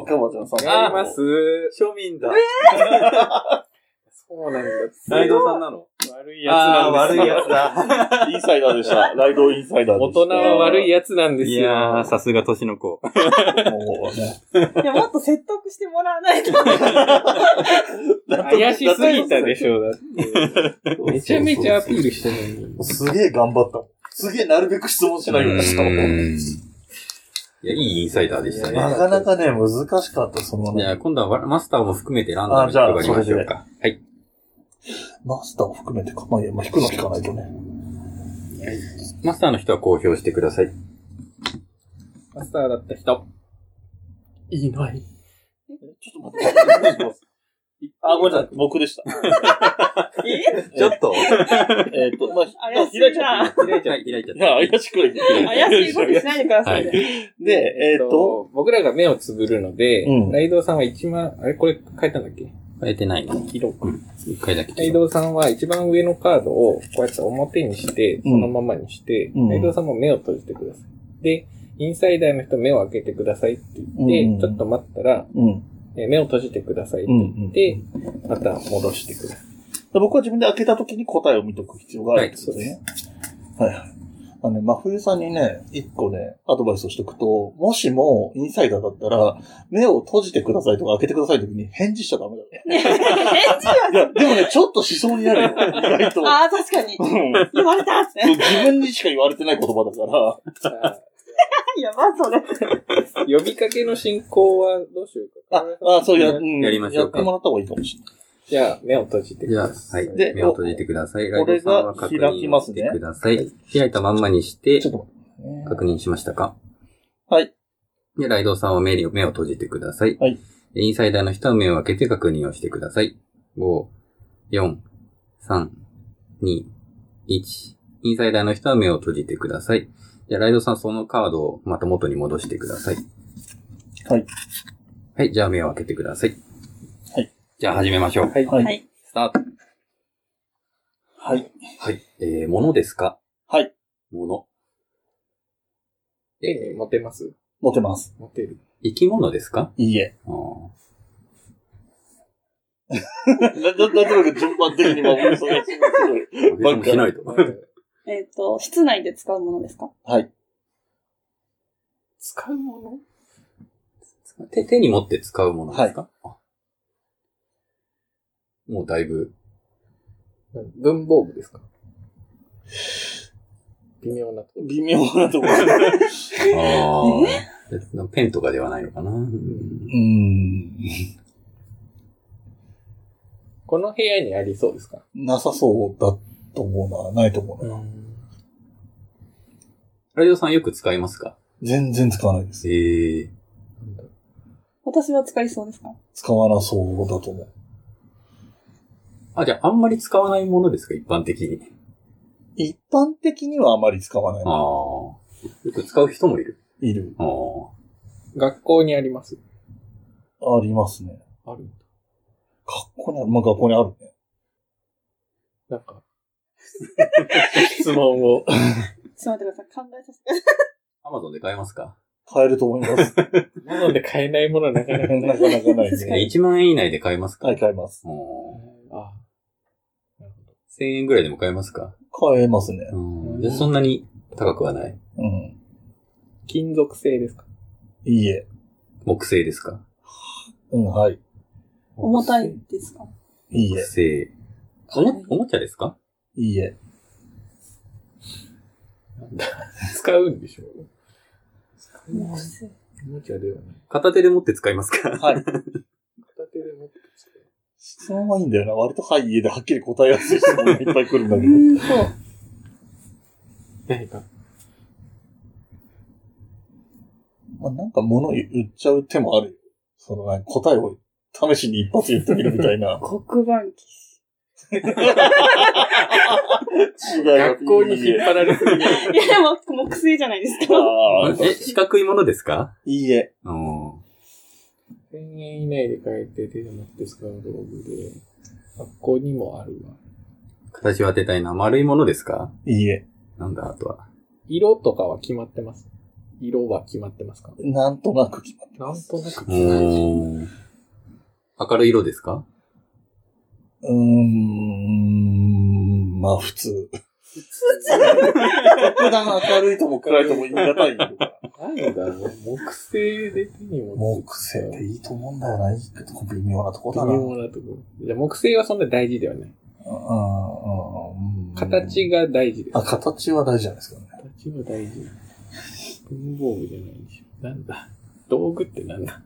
Speaker 4: 票。
Speaker 1: かまちゃんさん。
Speaker 3: あります。
Speaker 4: 庶民だ。
Speaker 3: そうなんだ。
Speaker 4: ライドさんなの
Speaker 3: 悪いやつなんですよ。
Speaker 4: つだ。
Speaker 1: インサイダーでした。ライドインサイダー
Speaker 3: 大
Speaker 1: でした。
Speaker 3: 人は悪いやつなんです
Speaker 4: い
Speaker 3: よ。
Speaker 4: やー、さすが年の子。
Speaker 1: もうね。
Speaker 2: いや、もっと説得してもらわないと。
Speaker 3: 怪しすぎたでしょ、だって。めちゃめちゃアピールしてるのに。
Speaker 1: すげえ頑張ったもん。すげえなるべく質問しないようにしたもん。
Speaker 4: いや、いいインサイダーでした
Speaker 3: いや
Speaker 1: ない
Speaker 4: ね。
Speaker 1: かなかね、難しかった、その
Speaker 4: じゃ
Speaker 1: ね
Speaker 4: あ、。今度はマスターも含めてランダムに配りましょうか。はい。
Speaker 1: マスターを含めてか、まあ、いやまあ、引くの引かないとね。
Speaker 4: マスターの人は公表してください。
Speaker 3: マスターだった人。いない。
Speaker 1: ちょっと待って。 あ、ごめんなさい。僕でした。
Speaker 2: え
Speaker 4: ちょっと。
Speaker 1: えっと、まあ、
Speaker 2: 怪しいな。
Speaker 4: 開いちゃい、開いちゃ
Speaker 1: いや、怪しくない。
Speaker 2: 怪しい動きしないでくださいね。
Speaker 1: で、えっと、、
Speaker 3: 僕らが目をつぶるので、
Speaker 1: うん
Speaker 3: ライドウさんは一番、あれこれ書いたんだっけ
Speaker 4: 変えてないの。
Speaker 3: 記録。
Speaker 4: 一回だけ。
Speaker 3: ライドウさんは一番上のカードをこうやって表にして、そのままにして、
Speaker 1: うん
Speaker 3: ライドウさんも目を閉じてください。で、インサイダーの人目を開けてくださいって言って、
Speaker 1: うん
Speaker 3: ちょっと待ったら、
Speaker 1: うん。
Speaker 3: えー目を閉じてくださいって
Speaker 1: うんう
Speaker 3: 言
Speaker 1: ん。
Speaker 3: っ
Speaker 1: で、
Speaker 3: て、また戻してください。
Speaker 1: 僕は自分で開けた時に答えを見とく必要があるんですね。はいはい。あのね、真冬さんにね、一個ね、アドバイスをしておくと、もしも、インサイダーだったら、目を閉じてくださいとか開けてくださいの時に返事しちゃダメだね。
Speaker 2: 返事は。
Speaker 1: いや、でもね、ちょっとしそうになるよ。意外と。
Speaker 2: ああ、確かに。
Speaker 1: うん
Speaker 2: 言われたって。
Speaker 1: 自分にしか言われてない言葉だから。
Speaker 3: じゃあ
Speaker 2: やば、それ。
Speaker 3: 呼びかけの進行はどうしようか。
Speaker 1: あ、あそうや、うん
Speaker 4: やりましょうか
Speaker 1: やってもらった方がいいかもし
Speaker 3: じゃあ、目を閉じてく
Speaker 4: じゃ
Speaker 3: だ
Speaker 4: あ、は
Speaker 3: さい。
Speaker 4: い。
Speaker 1: で
Speaker 4: 目を閉じてください。ライ
Speaker 1: こ
Speaker 4: ド
Speaker 1: れ
Speaker 4: さん
Speaker 1: が
Speaker 4: は確
Speaker 1: 開き
Speaker 4: 認
Speaker 1: ます
Speaker 4: し
Speaker 1: ね
Speaker 4: てください。開いたまんまにして
Speaker 1: れない。、ちょっと待ってね。
Speaker 4: 確認しましたか
Speaker 1: はい。
Speaker 4: で、ライドさんは目を目を閉じてください。
Speaker 1: はい
Speaker 4: で。インサイダーの人は目を開けて確認をしてください。5、4、3、2、1。インサイダーの人は目を閉じてください。じゃあ、ライドさんそのカードをまた元に戻してください。
Speaker 1: はい。
Speaker 4: はい、じゃあ目を開けてください。
Speaker 1: はい。
Speaker 4: じゃあ始めましょう。
Speaker 3: はい。
Speaker 1: はい
Speaker 2: はい。
Speaker 4: スタート。
Speaker 1: はい。
Speaker 4: はい。えー、物ですか
Speaker 1: はい。
Speaker 4: 物。
Speaker 3: えー、モテます
Speaker 1: 持てます。
Speaker 3: モテる。
Speaker 4: 生き物ですか
Speaker 1: いいえ。
Speaker 4: あー
Speaker 1: な、な、なんとなく順番的に守りそうな気がする。
Speaker 4: 僕もしないと。
Speaker 2: えっと、室内で使うものですか
Speaker 1: はい。
Speaker 3: 使うも
Speaker 4: 手、手に持って使うものですか、あもうだいぶ、
Speaker 3: の文房具ですか微妙なとこ。
Speaker 1: 微妙なところ。
Speaker 4: あーペンとかではないのかな、うん
Speaker 1: うん。
Speaker 3: この部屋にありそうですか
Speaker 1: なさそうだと思うな。ないと思うな。
Speaker 3: ん。
Speaker 4: ラジオさんよく使いますか
Speaker 1: 全然使わないです。
Speaker 4: ええ
Speaker 3: なんだろう
Speaker 2: 私は使いそうですか
Speaker 1: 使わなそうだと思う。
Speaker 4: あ、じゃああんまり使わないものですか一般的に。
Speaker 1: 一般的にはあまり使わ
Speaker 4: ああ。
Speaker 1: ない。
Speaker 4: よく使う人もいる。
Speaker 1: いる。
Speaker 4: ああ。
Speaker 3: 学校にあります
Speaker 1: ありますね。
Speaker 3: ある
Speaker 1: 学校にある。まあ、学校にあるね。
Speaker 3: なん か。質問
Speaker 2: ちょっ
Speaker 3: を。
Speaker 2: と待ってください。考えさせて。
Speaker 4: アマゾンで買えますか
Speaker 1: 買えると思います。
Speaker 3: なので買えないものはなかな
Speaker 1: な
Speaker 3: か
Speaker 1: か
Speaker 3: な。
Speaker 1: ないかない
Speaker 2: 確か
Speaker 1: ね。
Speaker 2: に
Speaker 4: 1万円以内で買えますか
Speaker 1: はい、買えます。
Speaker 4: あー
Speaker 3: あ
Speaker 4: 1000円ぐらいでも買えますか
Speaker 1: 買えますね。
Speaker 4: うん。じゃあそんなに高くはない。
Speaker 1: うん。
Speaker 3: 金属製ですか
Speaker 1: いいえ。
Speaker 4: 木製ですか
Speaker 1: うん、はい。
Speaker 2: 重たいですか
Speaker 1: いい
Speaker 4: 木
Speaker 1: え。
Speaker 4: 製。おも、おもちゃですか
Speaker 1: いいえ。
Speaker 3: 使うんでしょう
Speaker 2: もう
Speaker 3: おもちゃではない。
Speaker 4: 片手で持って使いますか
Speaker 1: はい。
Speaker 3: 片手で持って使う。
Speaker 1: 質問はいいんだよな。割とはい、家ではっきり答えやすい質問がいっぱい来るんだけ ど。
Speaker 2: ーんと、。
Speaker 3: 何か。
Speaker 1: まあ、なんか物言っちゃう手もあるよ。その、なんか答えを試しに一発言ってみるみたいな
Speaker 2: 黒板消し。
Speaker 1: 学
Speaker 3: 学校に引っ張られす ぎる。
Speaker 2: いや、でも、木製じゃないですか。
Speaker 1: ああ、
Speaker 4: え、四角いものですか
Speaker 1: いいえ。
Speaker 4: うん。
Speaker 3: 1000円以内で買えて手で持って使う道具で、学校にもあるわ。
Speaker 4: 形を当てたいな。丸いものですか
Speaker 1: いいえ。
Speaker 4: なんだ、あとは。
Speaker 3: 色とかは決まってます色は決まってますか
Speaker 1: なんとなく決まって
Speaker 3: なんとなく。
Speaker 4: うん。明るい色ですか
Speaker 1: うーん、まあ普通。普段明るいとも暗いとも言い難いけど。
Speaker 3: なんだろう木製で手に持って
Speaker 1: 木製っていいと思うんだよな。いいけど、微妙なとこ
Speaker 3: 微
Speaker 1: だな。
Speaker 3: 妙なところ。いや、木製はそんな大事ではない。
Speaker 1: うんうんうん
Speaker 3: 形が大事です。
Speaker 1: あ、形は大事じゃないですかね。
Speaker 3: 形は大事。文房具じゃないでしょ。なんだ道具ってなんだ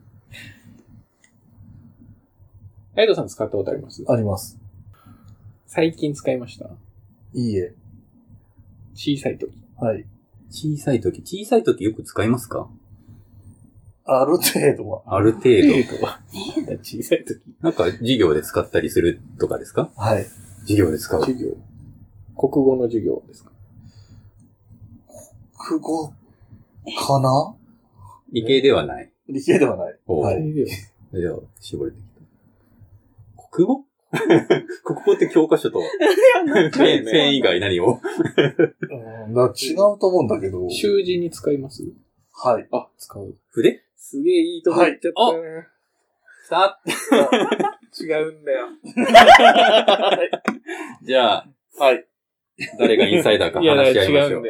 Speaker 3: ライドさん使ったことあります
Speaker 1: あります。
Speaker 3: 最近使いました
Speaker 1: いいえ。
Speaker 3: 小さい時。
Speaker 1: はい。
Speaker 4: 小さい時。小さい時よく使いますか
Speaker 1: ある程度は。
Speaker 4: ある程 度。
Speaker 3: 程度は。小さい時。
Speaker 4: なんか、授業で使ったりするとかですか
Speaker 1: はい。
Speaker 4: 授業で使う。
Speaker 3: 授業。国語の授業ですか
Speaker 1: 国語かな
Speaker 4: 理系ではない。
Speaker 1: 理系ではない。
Speaker 4: おう
Speaker 1: はい。
Speaker 4: じゃあ、絞れてきた。国語 国語って教科 書と、 ペン、ペン以外何を
Speaker 1: うん、だから違うと思うんだけど。
Speaker 3: 習字に使います
Speaker 1: はい。
Speaker 3: あ、使う。
Speaker 4: 筆
Speaker 3: すげえいいとこ行っちゃったな、
Speaker 4: さ
Speaker 3: 違うんだよ。
Speaker 4: じゃあ、
Speaker 1: はい。
Speaker 4: 誰がインサイダーか
Speaker 3: いや、
Speaker 4: 話し合いま
Speaker 3: 違
Speaker 4: しょ
Speaker 3: うんだ。
Speaker 4: う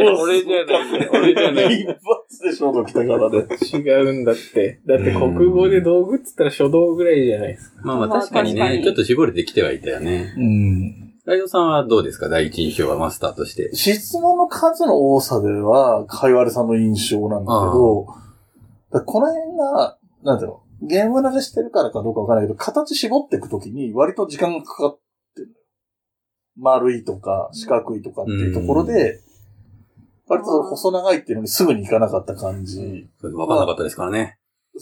Speaker 3: よ。俺 俺じゃないんだよ。俺じゃない。
Speaker 1: 一発で消毒したからね。
Speaker 3: 違うんだって。だって国語で道具っつったら書道ぐらいじゃないですか。
Speaker 4: まあまあ確かに
Speaker 2: まあ確か
Speaker 4: ね、
Speaker 2: に
Speaker 4: ちょっと絞れてきてはいたよね。
Speaker 1: うん。
Speaker 4: ライドさんはどうですか第一印象はマスターとして。
Speaker 1: 質問の数の多さでは、かいわれさんの印象なんだけど、だからこの辺が、なんていうの、ゲーム慣れしてるからかどうかわからないけど、形絞っていくときに割と時間がかかってるのよ。丸いとか四角いとかっていうところで、割とその細長いっていうのにすぐにいかなかった感じ。
Speaker 4: わかんなかったですからね。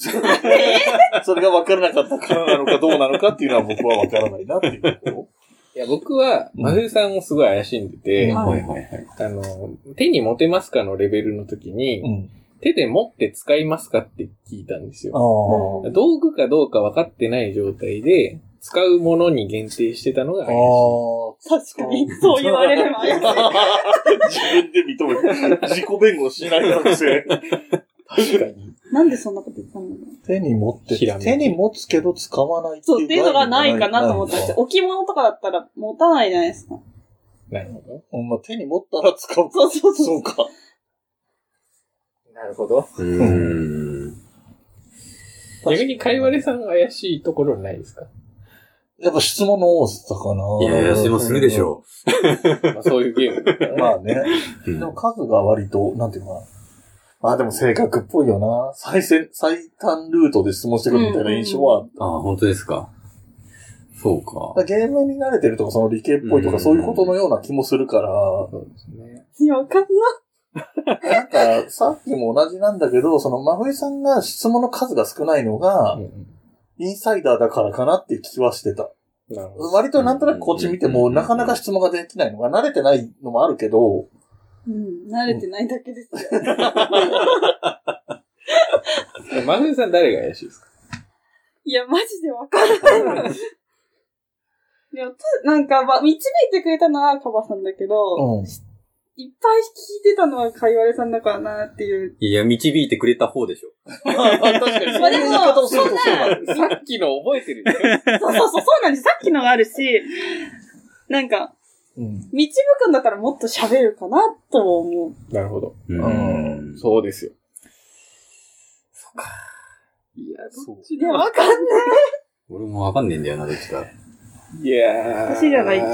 Speaker 1: それが分からなかったからなのかどうなのかっていうのは僕は分からないなっていうところ。
Speaker 3: いや、僕は、
Speaker 1: うん
Speaker 3: 真冬さんをすごい怪しんでて、
Speaker 1: うん
Speaker 4: はいはいはい。
Speaker 3: あの、手に持てますかのレベルの時に、
Speaker 1: うん。
Speaker 3: 手で持って使いますかって聞いたんですよ。
Speaker 1: ああ。
Speaker 3: 道具かどうか分かってない状態で、使うものに限定してたのが
Speaker 1: あ
Speaker 3: 怪しい。
Speaker 1: あ。
Speaker 2: 確かに。そう言われれば怪しい。
Speaker 1: 自分で認める。自己弁護しない学生。
Speaker 3: 確かに。
Speaker 2: なんでそんなこと言ったの
Speaker 1: 手に持って、
Speaker 3: ひらめき
Speaker 1: 手に持つけど使わない
Speaker 2: そう、っていうのがないかなと思ったんですよ。
Speaker 1: よ。
Speaker 2: 置物とかだったら持たないじゃないですか。
Speaker 3: なるほ
Speaker 1: ほんま手に持ったら使うか。
Speaker 2: そうそう
Speaker 1: そ
Speaker 2: そうう。
Speaker 1: か。
Speaker 3: ど。なるほど。
Speaker 4: うーん。
Speaker 3: 逆に、かいわれさんが怪しいところないですか
Speaker 1: やっぱ質問の多さかな。
Speaker 4: いやいや、質問するでしょ
Speaker 3: まあ、そういうゲー ムだからね。
Speaker 1: まあね。
Speaker 4: う。
Speaker 1: で
Speaker 4: うん
Speaker 1: も数が割と、なんていうかな。まあでも性格っぽいよな。最先、最短ルートで質問してくるみたいな印象はあっ
Speaker 4: ああ、本当ですか。そうか。
Speaker 1: た。ゲームに慣れてるとか、その理系っぽいと
Speaker 4: うん
Speaker 1: か、そういうことのような気もするから、
Speaker 3: そうですね。
Speaker 2: いや、わかんない。
Speaker 1: なんか、さっきも同じなんだけど、その、まふいさんが質問の数が少ないのが、インサイダーだからかなっていう気はしてた。
Speaker 3: なるほど。
Speaker 1: 割となんとなくこっち見ても、
Speaker 4: うん
Speaker 1: なかなか質問ができないのが、慣れてないのもあるけど、
Speaker 2: うん、慣れてないだけですよ。
Speaker 3: 真冬さん誰が怪しいですか
Speaker 2: いや、マジでわからない。いや、つなんか、ま、導いてくれたのはカバさんだけど、
Speaker 1: うん。
Speaker 2: いっぱい聞いてたのはカイワレさんだからなって いう。
Speaker 4: いや、導いてくれた方でしょ。
Speaker 1: 確かに、そういう言い方をするとそうだね。
Speaker 3: さっきの覚えてるでしょ
Speaker 2: そうそうそう、そうなんです。さっきのがあるし、なんか、
Speaker 1: うん。
Speaker 2: 導くんだったらもっと喋るかなとは思う。
Speaker 3: なるほど。
Speaker 1: う
Speaker 4: う
Speaker 1: ん
Speaker 3: そうですよ。
Speaker 2: いや、
Speaker 1: そう
Speaker 2: ちでわかんない。
Speaker 4: 俺もわかんねえんだよな、どっちか。
Speaker 3: いやー。
Speaker 2: 私じゃないで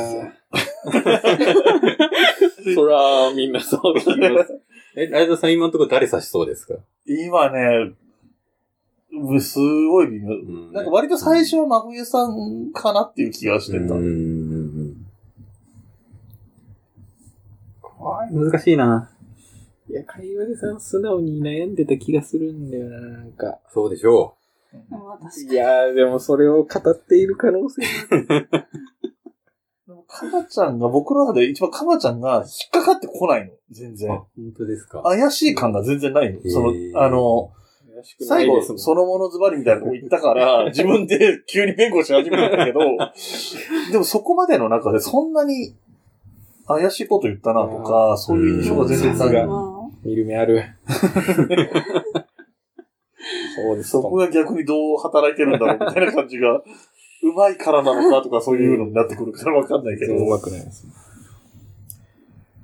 Speaker 3: そら、みんなそう聞きます。
Speaker 4: え、ライドさん今のところ誰指しそうですか
Speaker 1: 今ね、うんすごい微妙。
Speaker 4: ん
Speaker 1: なんか割と最初はまふいさんかなっていう気がしてた。
Speaker 4: うんうんうんうん。怖い、難しいな。
Speaker 3: いや、かいわれさん素直に悩んでた気がするんだよな、なんか。
Speaker 4: そうでしょ
Speaker 2: まあ確かに
Speaker 3: い。やー、でもそれを語っている可能性も
Speaker 1: でもかばちゃんが、僕の中で一番かばちゃんが引っかかってこないの。全
Speaker 4: う。あ
Speaker 1: 然。、
Speaker 4: 本当ですか。
Speaker 1: 怪しい感が全然ないの。そ
Speaker 4: へー
Speaker 1: の、あの、
Speaker 3: 怪しくな
Speaker 1: 最
Speaker 3: い
Speaker 1: 後、
Speaker 3: ですもん
Speaker 1: そのものズバリみたいなとこ行った から、自分で急に弁護し始めたんだけ ど、でもそこまでの中でそんなに怪しいこと言ったなとか、そういう印象が全然
Speaker 3: さす
Speaker 1: な
Speaker 3: が
Speaker 1: い。
Speaker 3: 見る目ある。そうです
Speaker 1: そこが逆にどう働いてるんだろうみたいな感じ が、うまいからなのかとかそういうのになってくるからわかんないけど。
Speaker 3: うまくないです。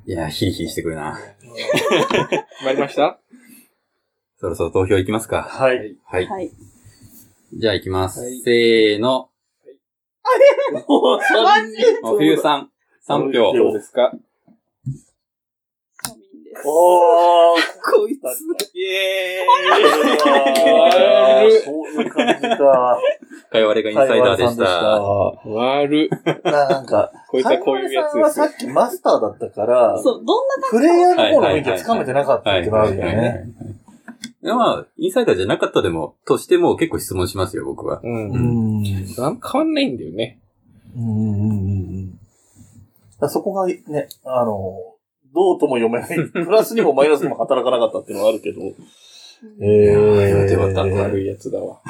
Speaker 4: いや、ヒリヒリしてくるな。
Speaker 3: 決まりました
Speaker 4: そろそろ投票いきますか。
Speaker 1: はい。
Speaker 4: はい。
Speaker 2: はい。
Speaker 4: じゃあいきます。
Speaker 3: はい
Speaker 4: せーの。
Speaker 1: もう3人。
Speaker 4: お冬さん、3票。
Speaker 3: どうですか
Speaker 2: 庶民です。
Speaker 1: おー、
Speaker 3: こいつ。
Speaker 4: イエ
Speaker 1: あーそういう感じか。
Speaker 4: ーイかいわれがインサイダーでし
Speaker 1: 台
Speaker 4: た。
Speaker 1: 湾
Speaker 3: 悪。
Speaker 1: さんでした。なんか、
Speaker 3: こいつはこういうやつ
Speaker 1: 台
Speaker 3: で
Speaker 1: 湾
Speaker 3: す
Speaker 1: さんはさっきマスターだったから、
Speaker 2: そう、どんな
Speaker 1: プレイヤーの方の雰囲気がつかめてなかったっていうのはあるよ
Speaker 4: はいはいはい
Speaker 1: ね。
Speaker 4: まあ、インサイダーじゃなかったでも、としても結構質問しますよ、僕は。
Speaker 1: う
Speaker 3: う。
Speaker 1: んん。うん
Speaker 3: なん変わんないんだよね。
Speaker 1: うんうんうん。だからそこがね、あの、どうとも読めない。プラスにもマイナスにも働かなかったっていうのはあるけど。え
Speaker 4: いやよかったよ
Speaker 1: ー、
Speaker 4: か
Speaker 3: 悪いやつだわ。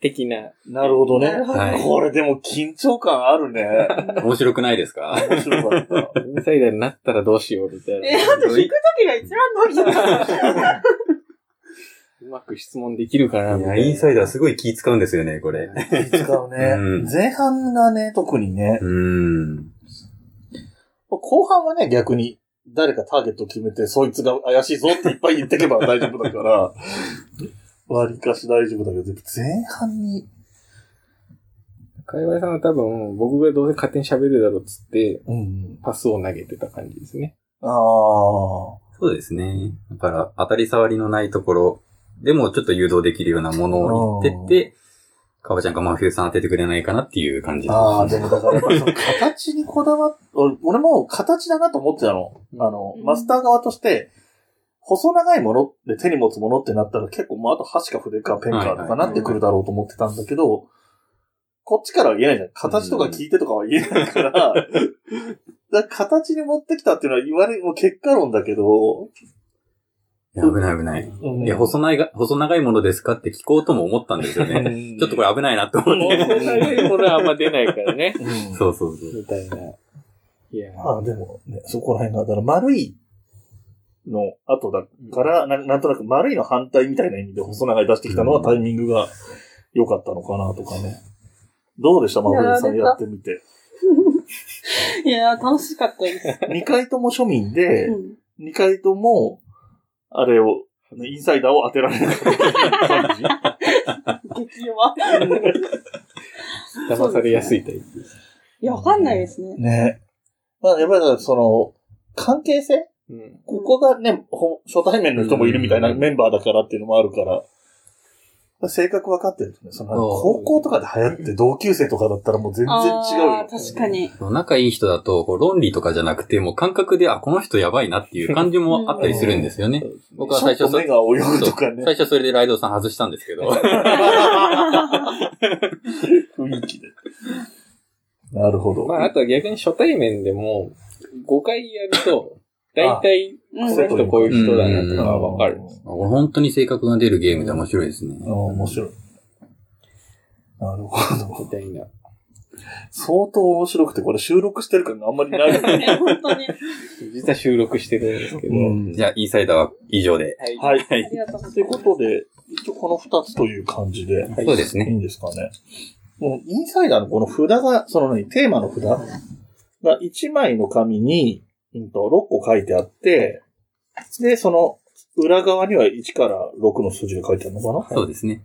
Speaker 3: 的な。
Speaker 1: なるほどね。
Speaker 4: はい
Speaker 1: これでも緊張感あるね。
Speaker 4: 面白くないですか
Speaker 1: 面白かった。
Speaker 3: インサイダーになったらどうしようみたいな。
Speaker 2: え、あと引くときが一番ドキドキ。
Speaker 3: うまく質問できるかなみたいな。
Speaker 4: イダーすごい気使うんですよね、これ。
Speaker 1: 使うね
Speaker 4: うん。
Speaker 1: 前半がね、特にね。
Speaker 4: うーん。
Speaker 1: 後半はね、逆に、誰かターゲットを決めて、そいつが怪しいぞっていっぱい言ってけば大丈夫だ から、割かし大丈夫だけど、前半に、
Speaker 3: かいわいさんは多分、僕がどうせ勝手に喋るだろうっつって、
Speaker 1: うん。
Speaker 3: パスを投げてた感じですね。
Speaker 1: ああ。
Speaker 4: そうですね。だから、当たり障りのないところでもちょっと誘導できるようなものを言ってて、かばちゃんか真冬さん当ててくれないかなっていう感じ
Speaker 1: ああ、
Speaker 4: です
Speaker 1: で
Speaker 4: ね
Speaker 1: もだからやっぱり その形にこだわっ、俺俺も形だなと思ってたの。あの、
Speaker 2: うん
Speaker 1: マスター側として、細長いもので手に持つものってなったら結構もうあと箸か筆かペンかとかなってくるだろうと思ってたんだけど、こっちからは言えないじゃん。形とか聞いてとかは言えないから、だ から形に持ってきたっていうのは言われ、もう結果論だけど、
Speaker 4: いや危ない危ない。
Speaker 1: うん
Speaker 4: いや、細長いが、細長いものですかって聞こうとも思ったんですよね。 ちょっとこれ危ないなと思って。
Speaker 3: これはあんま出ないからね。
Speaker 1: うん
Speaker 4: そうそうそう。
Speaker 3: みたいな。いや
Speaker 1: まあでも、ね、そこら辺が、だから丸いの後だから、ななんとなく丸いの反対みたいな意味で細長い出してきたのはタイミングが良かったのかなとかね。どうでしたまほさん
Speaker 2: やられた
Speaker 1: やってみて。
Speaker 2: いやー、楽しかったです。
Speaker 1: 2回とも庶民で
Speaker 2: う、ん
Speaker 1: 2回とも、あれを、インサイダーを当てられる感じ。
Speaker 2: 激弱。
Speaker 3: 騙されやすいタイプ。
Speaker 2: いや、わかんないですね。
Speaker 1: ね。まあやっぱりだからその、関係性
Speaker 3: うん。
Speaker 1: ここがね、ほ初対面の人もいるみたいなメンバーだからっていうのもあるから、性格分かってるんですね。その
Speaker 4: ああ
Speaker 1: 高校とかで流行って同級生とかだったらもう全然違う
Speaker 2: あ
Speaker 1: よ
Speaker 2: ー。確かに。
Speaker 4: 仲いい人だと、こう論理とかじゃなくて、もう感覚で、あ、この人やばいなっていう感じもあったりするんですよね。僕は最
Speaker 1: ちょ
Speaker 4: 初
Speaker 1: っと
Speaker 4: そ、
Speaker 1: 目が泳ぐとかね。
Speaker 4: 最初それでライドウさん外したんですけど。
Speaker 1: 雰囲気で。なるほど。
Speaker 3: まあ、あとは逆に初対面でも、5回やる と、大体、
Speaker 2: うん
Speaker 3: この人こういう人だなとかはわかる
Speaker 1: う。ん
Speaker 4: これ本当に性格が出るゲームで面白いですね。
Speaker 1: ああ面白い。なるほど。
Speaker 3: みたいな。
Speaker 1: 相当面白くて、これ収録してる感があんまりない。
Speaker 2: ね本当に。
Speaker 3: 実は収録してるんですけど。
Speaker 1: うん
Speaker 4: じゃあ、インサイダーは以上で。
Speaker 3: は
Speaker 1: は
Speaker 3: い。
Speaker 1: い。
Speaker 2: ありがとうござ
Speaker 1: とい
Speaker 2: いうます。
Speaker 1: ことで、一応この二つという感じで。
Speaker 4: そうです
Speaker 1: いい
Speaker 4: ね。
Speaker 1: んですかね。もうインサイダーのこの札が、その何、テーマの札が1枚の紙に、うんと、6個書いてあって、で、その裏側には1から6の数字が書いてあるのかな
Speaker 4: そうですね。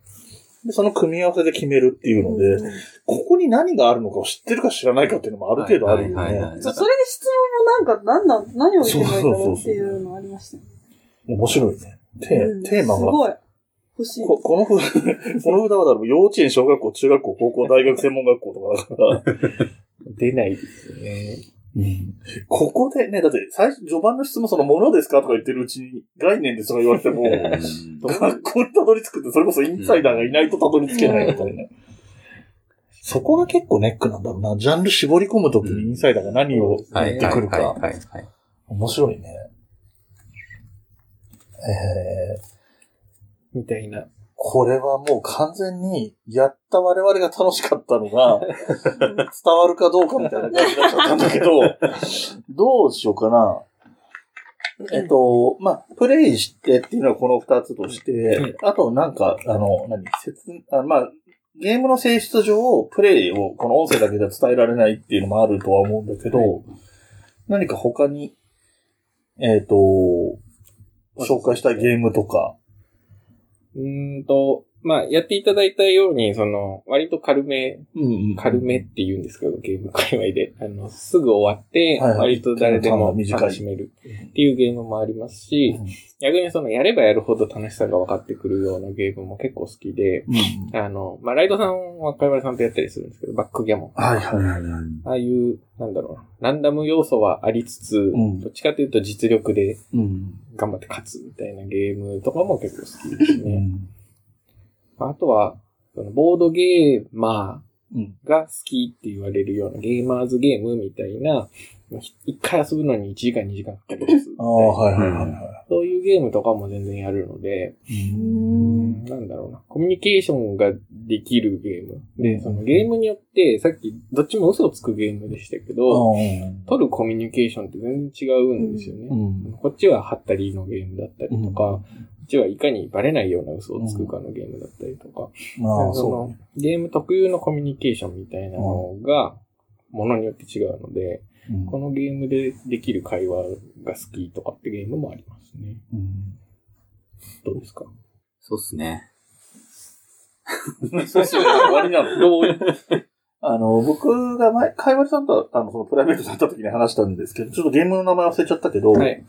Speaker 1: で、その組み合わせで決めるっていうので、
Speaker 2: うん
Speaker 1: ここに何があるのかを知ってるか知らないかっていうのもある程度あるよね。
Speaker 4: はいはいはいはい
Speaker 2: そうそれで質問もなんか、なんなん、何を言ってないんだろうっていうのありましたね。
Speaker 1: 面白いね。テ
Speaker 2: うん
Speaker 1: テーマ
Speaker 2: す
Speaker 1: が。
Speaker 2: ごい。欲しい。
Speaker 1: こ この札、この札はだろう、幼稚園、小学校、中学校、高校、大学、専門学校とかだから、
Speaker 3: 出ないですよね。
Speaker 1: うんここでね、だって最初、序盤の質問そのものですかとか言ってるうちに、概念でそれ言われて も、
Speaker 4: うん
Speaker 1: 学校にたどり着くって、それこそインサイダーがいないとたどり着けないみたいな。そこが結構ネックなんだろうな。ジャンル絞り込むときにインサイダーが何を
Speaker 4: は
Speaker 1: 言
Speaker 4: い、
Speaker 1: って
Speaker 4: はい、
Speaker 1: くる
Speaker 4: はい
Speaker 1: か。
Speaker 4: はいはい。
Speaker 1: 面白いね。えー、
Speaker 3: みたいな。
Speaker 1: これはもう完全に、やった我々が楽しかったのが、 伝わるかどうかみたいな感じになっちゃったんだけど、どうしようかな。えっと、まあ、プレイしてっていうのはこの二つとして、あとなんか、あの、何、説、あまあ、ゲームの性質上、プレイをこの音声だけでは伝えられないっていうのもあるとは思うんだけど、何か他に、えっ、と、紹介したいゲームとか、
Speaker 3: うーんと、まあ、やっていただいたように、その、割と軽め、
Speaker 1: うんうん
Speaker 3: 軽めって言うんですけど、ゲーム界隈で。あの、すぐ終わって、
Speaker 1: はいはい
Speaker 3: 割と誰でも
Speaker 1: 短い
Speaker 3: 楽しめるっていうゲームもありますし、逆にその、やればやるほど楽しさが分かってくるようなゲームも結構好きで、
Speaker 1: うん
Speaker 3: あの、まあ、ライドさんはかいわれさんとやったりするんですけど、バックギャモン。
Speaker 1: はいはいはい。
Speaker 3: ああいう、なんだろうな、ランダム要素はありつつ、
Speaker 1: ん
Speaker 3: どっちかというと実力で
Speaker 1: うん。
Speaker 3: 頑張って勝つみたいなゲームとかも結構好きです
Speaker 1: う
Speaker 3: ね。
Speaker 1: ん。
Speaker 3: まああとは、そのボードゲーマ
Speaker 1: うん。
Speaker 3: ーが好きって言われるようなゲーマーズゲームみたいな、ひ一回遊ぶのに1時間2時間かかりますみ た
Speaker 1: ああ、
Speaker 3: いな。
Speaker 1: はいはいはいは
Speaker 3: そういうゲームとかも全然やるので、
Speaker 1: い。
Speaker 2: うん。
Speaker 3: なんだろうな、コミュニケーションができるゲーム。
Speaker 1: う
Speaker 3: で、
Speaker 1: ん
Speaker 3: そのゲームによって、さっきどっちも嘘をつくゲームでしたけど、
Speaker 1: うん
Speaker 3: 取るコミュニケーションって全然違うんですよね。
Speaker 1: うん。
Speaker 3: こっちはハったりのゲームだったりとか、
Speaker 1: うん
Speaker 3: こっちはいかにバレないような嘘をつくかのゲームだったりとか、
Speaker 1: ああ、
Speaker 3: そ
Speaker 1: そう
Speaker 3: のゲーム特有のコミュニケーションみたいなのが、ものによって違うので、
Speaker 1: だね。
Speaker 3: このゲームでできる会話が好きとかってゲームもありますね。
Speaker 1: うん
Speaker 3: どうですか
Speaker 4: そうっすね。
Speaker 1: そうすると終わりなの
Speaker 3: どう
Speaker 1: あの、僕が前、かいわりさんとは、あの、そのプライベートさんと会った時に話したんですけど、ちょっとゲームの名前忘れちゃったけど、
Speaker 3: はい。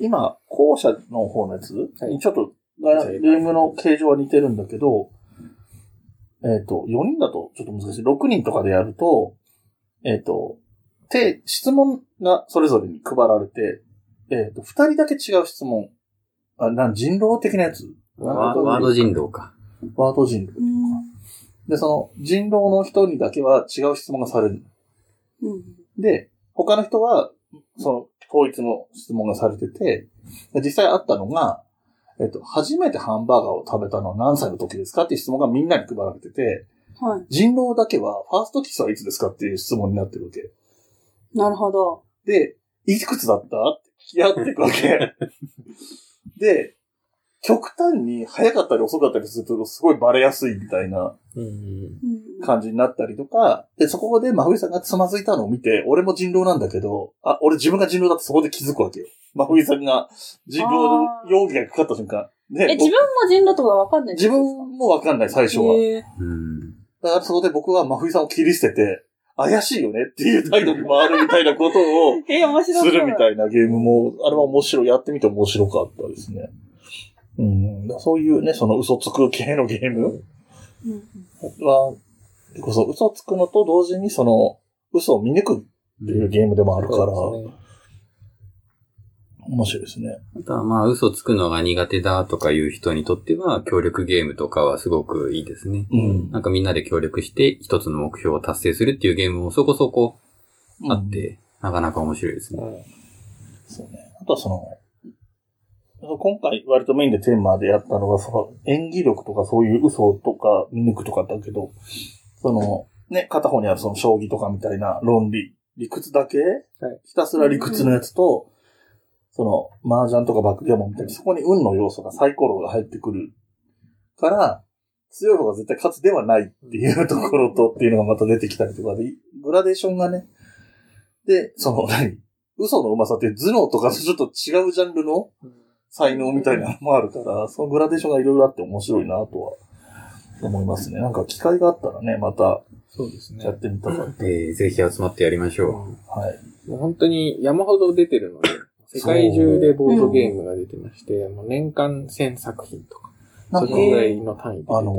Speaker 1: 今、後者の方のやつ
Speaker 3: はい
Speaker 1: にちょっと、が
Speaker 3: はい
Speaker 1: ゲームの形状は似てるんだけど、えっ、と、4人だとちょっと難しい。6人とかでやると、えっ、と、て、質問がそれぞれに配られて、えっ、と、2人だけ違う質問。あ、なん、人狼的なやつ
Speaker 4: ワ
Speaker 1: なん
Speaker 4: ワ
Speaker 1: か
Speaker 4: ード人道か。
Speaker 1: ワード人狼。で、その、人狼の人にだけは違う質問がされる。
Speaker 2: うん。
Speaker 1: で、他の人は、その、統一の質問がされてて、で実際あったのが、えっと、初めてハンバーガーを食べたのは何歳の時ですかっていう質問がみんなに配られてて、
Speaker 2: は
Speaker 1: 人狼だけは、ファーストキスはいつですかっていう質問になってるわけ。
Speaker 2: い。なるほど。
Speaker 1: で、いくつだったって聞き合っていくわけ。で、極端に早かったり遅かったりすると、すごいバレやすいみたいな
Speaker 3: うん。
Speaker 2: うん
Speaker 1: 感じになったりとか、で、そこで真冬さんがつまずいたのを見て、俺も人狼なんだけど、あ、俺自分が人狼だってそこで気づくわけよ。真冬さんが人狼の容疑がかかった瞬間。
Speaker 2: え、
Speaker 1: ね、
Speaker 2: 自分も人狼とかわかんない
Speaker 1: 自分もわかんない、最初は。
Speaker 2: え
Speaker 4: うん。
Speaker 1: だからそこで僕は真冬さんを切り捨てて、怪しいよねっていう態度に回るみたいなことを
Speaker 2: ー、え面
Speaker 1: す
Speaker 2: 白そう。
Speaker 1: るみたいなゲームも、あれは面白い、やってみて面白かったですね。うん、だからそういうね、その嘘つく系のゲーム
Speaker 2: うん
Speaker 1: は、結構そう、嘘をつくのと同時に、その、嘘を見抜くっていうゲームでもあるから、
Speaker 3: そうですね
Speaker 1: 面白いですね。
Speaker 4: あとはまあ、嘘つくのが苦手だとかいう人にとっては、協力ゲームとかはすごくいいですね。
Speaker 1: うん。
Speaker 4: なんかみんなで協力して、一つの目標を達成するっていうゲームもそこそこあっ
Speaker 1: うん。
Speaker 4: て、なかなか面白いですね。
Speaker 3: はい
Speaker 1: そうね。あとはその、今回割とメインでテーマでやったのは、その演技力とかそういう嘘とか見抜くとかだけど、その、ね、片方にあるその将棋とかみたいな論理、理屈だけ、
Speaker 3: はい
Speaker 1: ひたすら理屈のやつと、その、麻雀とかバックギャモンみたいに、そこに運の要素がサイコロが入ってくるから、強い方が絶対勝つではないっていうところとっていうのがまた出てきたりとかで、グラデーションがね、で、その、何嘘のうまさって頭脳とかとちょっと違うジャンルの才能みたいなのもあるから、そのグラデーションがいろいろあって面白いなとは思いますね。なんか機会があったらね、また
Speaker 3: そうですね。
Speaker 1: やってみたかっ
Speaker 4: えーぜひ集まってやりまし
Speaker 3: うん
Speaker 4: ょ
Speaker 3: も
Speaker 1: た。はい。
Speaker 3: う本当に山ほど出てるので、世界中でボードゲームが出てまして、もう年間1000作品とか、
Speaker 1: な
Speaker 3: そ
Speaker 1: ん
Speaker 3: の
Speaker 1: か、
Speaker 3: ぐらいの単位で出てる。
Speaker 1: あの、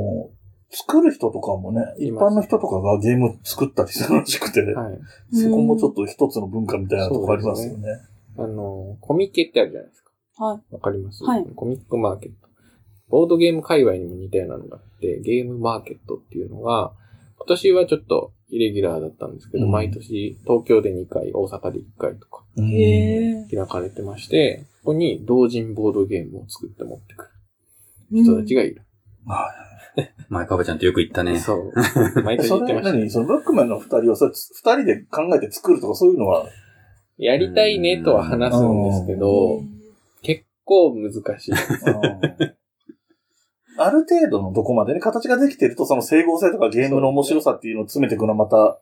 Speaker 1: 作る人とかもね、一般の人とかがゲーム作ったりするらしくて、
Speaker 3: はい。
Speaker 1: そこもちょっと一つの文化みたいなとこありますよね。
Speaker 3: あの、コミケってあるじゃないですか。
Speaker 2: はい。
Speaker 3: わかります
Speaker 2: はい
Speaker 3: コミックマーケット。ボードゲーム界隈にも似たようなのがあって、ゲームマーケットっていうのが、今年はちょっとイレギュラーだったんですけど、
Speaker 1: うん
Speaker 3: 毎年東京で2回、大阪で1回とか
Speaker 1: うん
Speaker 2: へえ。
Speaker 3: 開かれてまして、ここに同人ボードゲームを作って持ってくる人たちがいる。
Speaker 4: 前、かばちゃんとよく言ったね。
Speaker 3: そう。 毎年
Speaker 1: そ
Speaker 3: 言って
Speaker 1: れ
Speaker 3: ました。
Speaker 1: 何そのブックマンの二人は、それつ二人で考えて作るとかそういうのは、
Speaker 3: やりたいねとは話すんですけど、結構難しい。
Speaker 1: ある程度のどこまでね、形ができてると、その整合性とかゲームの面白さっていうのを詰めていくのはまた、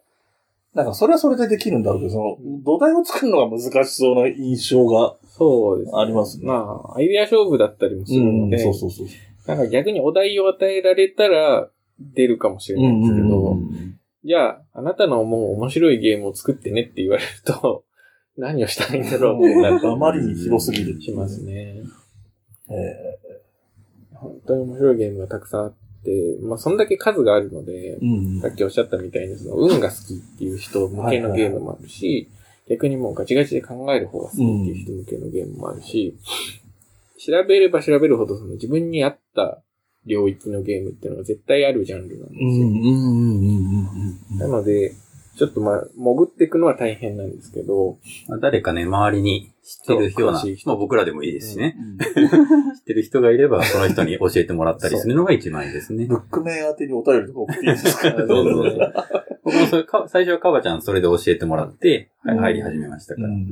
Speaker 1: なんかそれはそれでできるんだろうけど、その土台を作るのが難しそうな印象が
Speaker 3: そうですね。
Speaker 1: ありますね。
Speaker 3: まあ、アイデア勝負だったりもするので、
Speaker 1: そうそうそう。
Speaker 3: なんか逆にお題を与えられたら出るかもしれないんですけど、じゃあ、あなたの思う面白いゲームを作ってねって言われると、 何をしたらいいんだろうってなる
Speaker 1: あまりに広すぎる。
Speaker 3: しますね。
Speaker 1: え
Speaker 3: 本当に面白いゲームがたくさんあって、まあ、そんだけ数があるので
Speaker 1: え、うん
Speaker 3: さっきおっしゃったみたいに、その、運が好きっていう人向けのゲームもあるし、逆にもうガチガチで考える方が好きっていう人向けのゲームもあるし、調べれば調べるほど、その自分に合った領域のゲームっていうのが絶対あるジャンルなんです
Speaker 1: うん
Speaker 3: よ。
Speaker 1: うんうん
Speaker 3: なので、ちょっとまあ、潜っていくのは大変なんですけど、
Speaker 4: まあ誰かね、周りに知ってるような
Speaker 3: そう詳しい、人
Speaker 4: まあ僕らでもいいですしね。
Speaker 1: うん。
Speaker 4: 知ってる人がいれば、その 人に教えてもらったりするのが一番いいですね。
Speaker 1: ブック名宛てにお便りとか送っていいですか
Speaker 3: あの
Speaker 4: どうぞ僕もそれか、最初はかばちゃんそれで教えてもらって、はい入り始めましたから。
Speaker 2: 二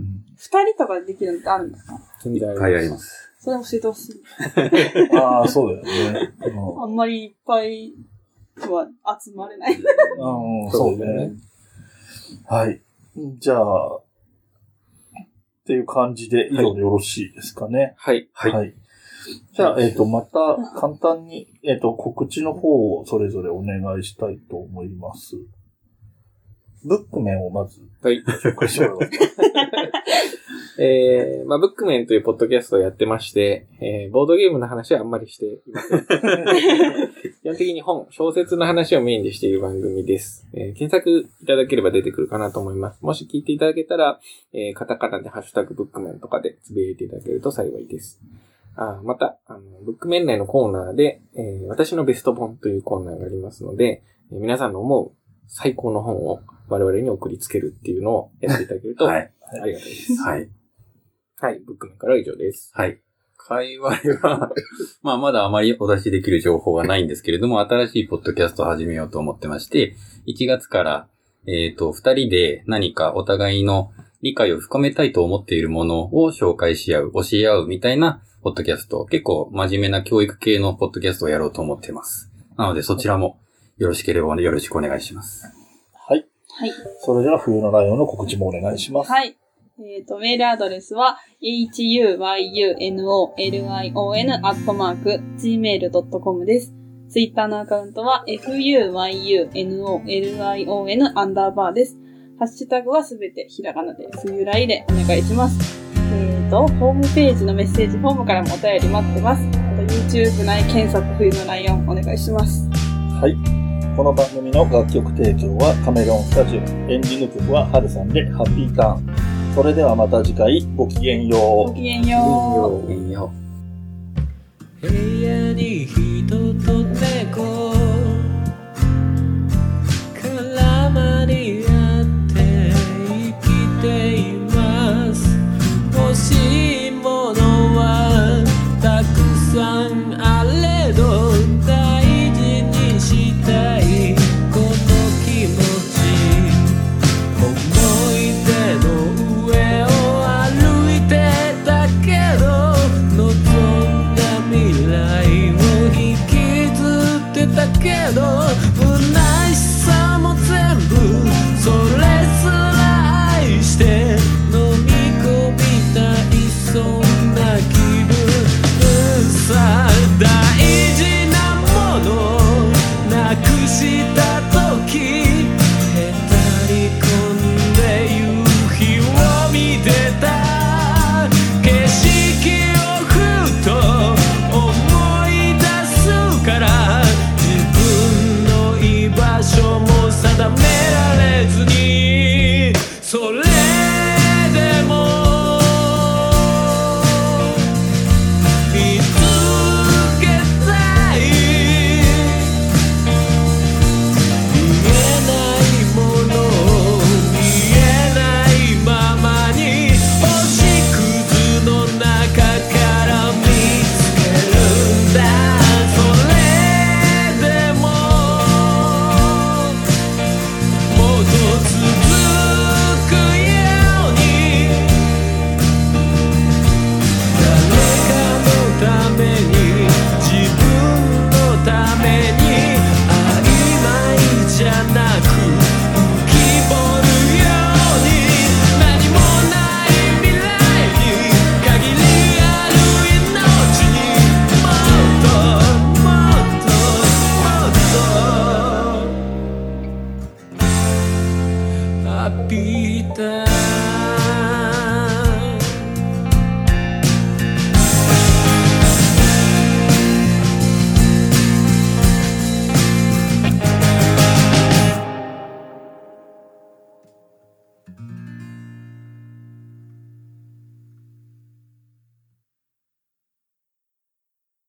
Speaker 2: 人とかできるのってあるんですか
Speaker 3: 全然
Speaker 4: 一回やり
Speaker 3: ま
Speaker 4: ます。
Speaker 2: それ教えてほしい。
Speaker 1: ああ、そうだよね。うん
Speaker 2: あんまりいっぱいは集まれない。
Speaker 1: うん
Speaker 3: そ
Speaker 1: そうう
Speaker 3: ですね
Speaker 1: ね。はい。じゃあ、っていう感じで、以上でよろしいですかね。
Speaker 3: はい。
Speaker 4: はい。
Speaker 1: じゃあ、えっ、と、また、簡単に、えっ、と、告知の方をそれぞれお願いしたいと思います。ブック面をま ず
Speaker 3: はい。
Speaker 1: 紹介してもらいます。
Speaker 3: えー、まあ、ブックメンというポッドキャストをやってまして、えー、ボードゲームの話はあんまりしていませ ん。基本的に本、小説の話をメインでしている番組です。えー、検索いただければ出てくるかなと思います。もし聞いていただけたら、えー、カタカナでハッシュタグブックメンとかでつぶやいていただけると幸いです。あーまたあの、ブックメン内のコーナーで、えー私のベスト本というコーナーがありますので、えー皆さんの思う最高の本を我々に送りつけるっていうのをやっていただけると、
Speaker 4: は
Speaker 3: あ
Speaker 4: い。
Speaker 3: りがたいです。
Speaker 4: はい。
Speaker 3: はい、ブックメンからは以上です。
Speaker 4: はい。界隈は、 まあまだあまりお出しできる情報はないんですけれども、新しいポッドキャストを始めようと思ってまして、1月から、えっ、と、2人で何かお互いの理解を深めたいと思っているものを紹介し合う、教え合うみたいなポッドキャスト、結構真面目な教育系のポッドキャストをやろうと思ってます。なのでそちらもよろしければよろしくお願いします。
Speaker 1: はい。
Speaker 2: はい。
Speaker 1: それでは、冬のライオンの告知もお願いします。
Speaker 2: はい。えっ、と、メールアドレスは、huyunolion.gmail.com です。ツイッターのアカウントは、fuyunolion アンダーバーです。ハッシュタグはすべてひらがなで、冬来でお願いします。えっ、と、ホームページのメッセージフォームからもお便り待ってます。あと、YouTube 内検索冬のライオンお願いします。
Speaker 1: はい。この番組の楽曲提供はカメレオンスタジオ。エンディング曲はハルさんでハッピーターン。それではまた次回ごきげんよう
Speaker 2: ご。きげんよう。
Speaker 4: ごきげんよう
Speaker 5: 部屋に人と猫絡まり合って生きています欲しいものはたくさんあれど大事にしたいこの気持ち思い出の上を歩いてたけど望んだ未来を引きずってた habitar.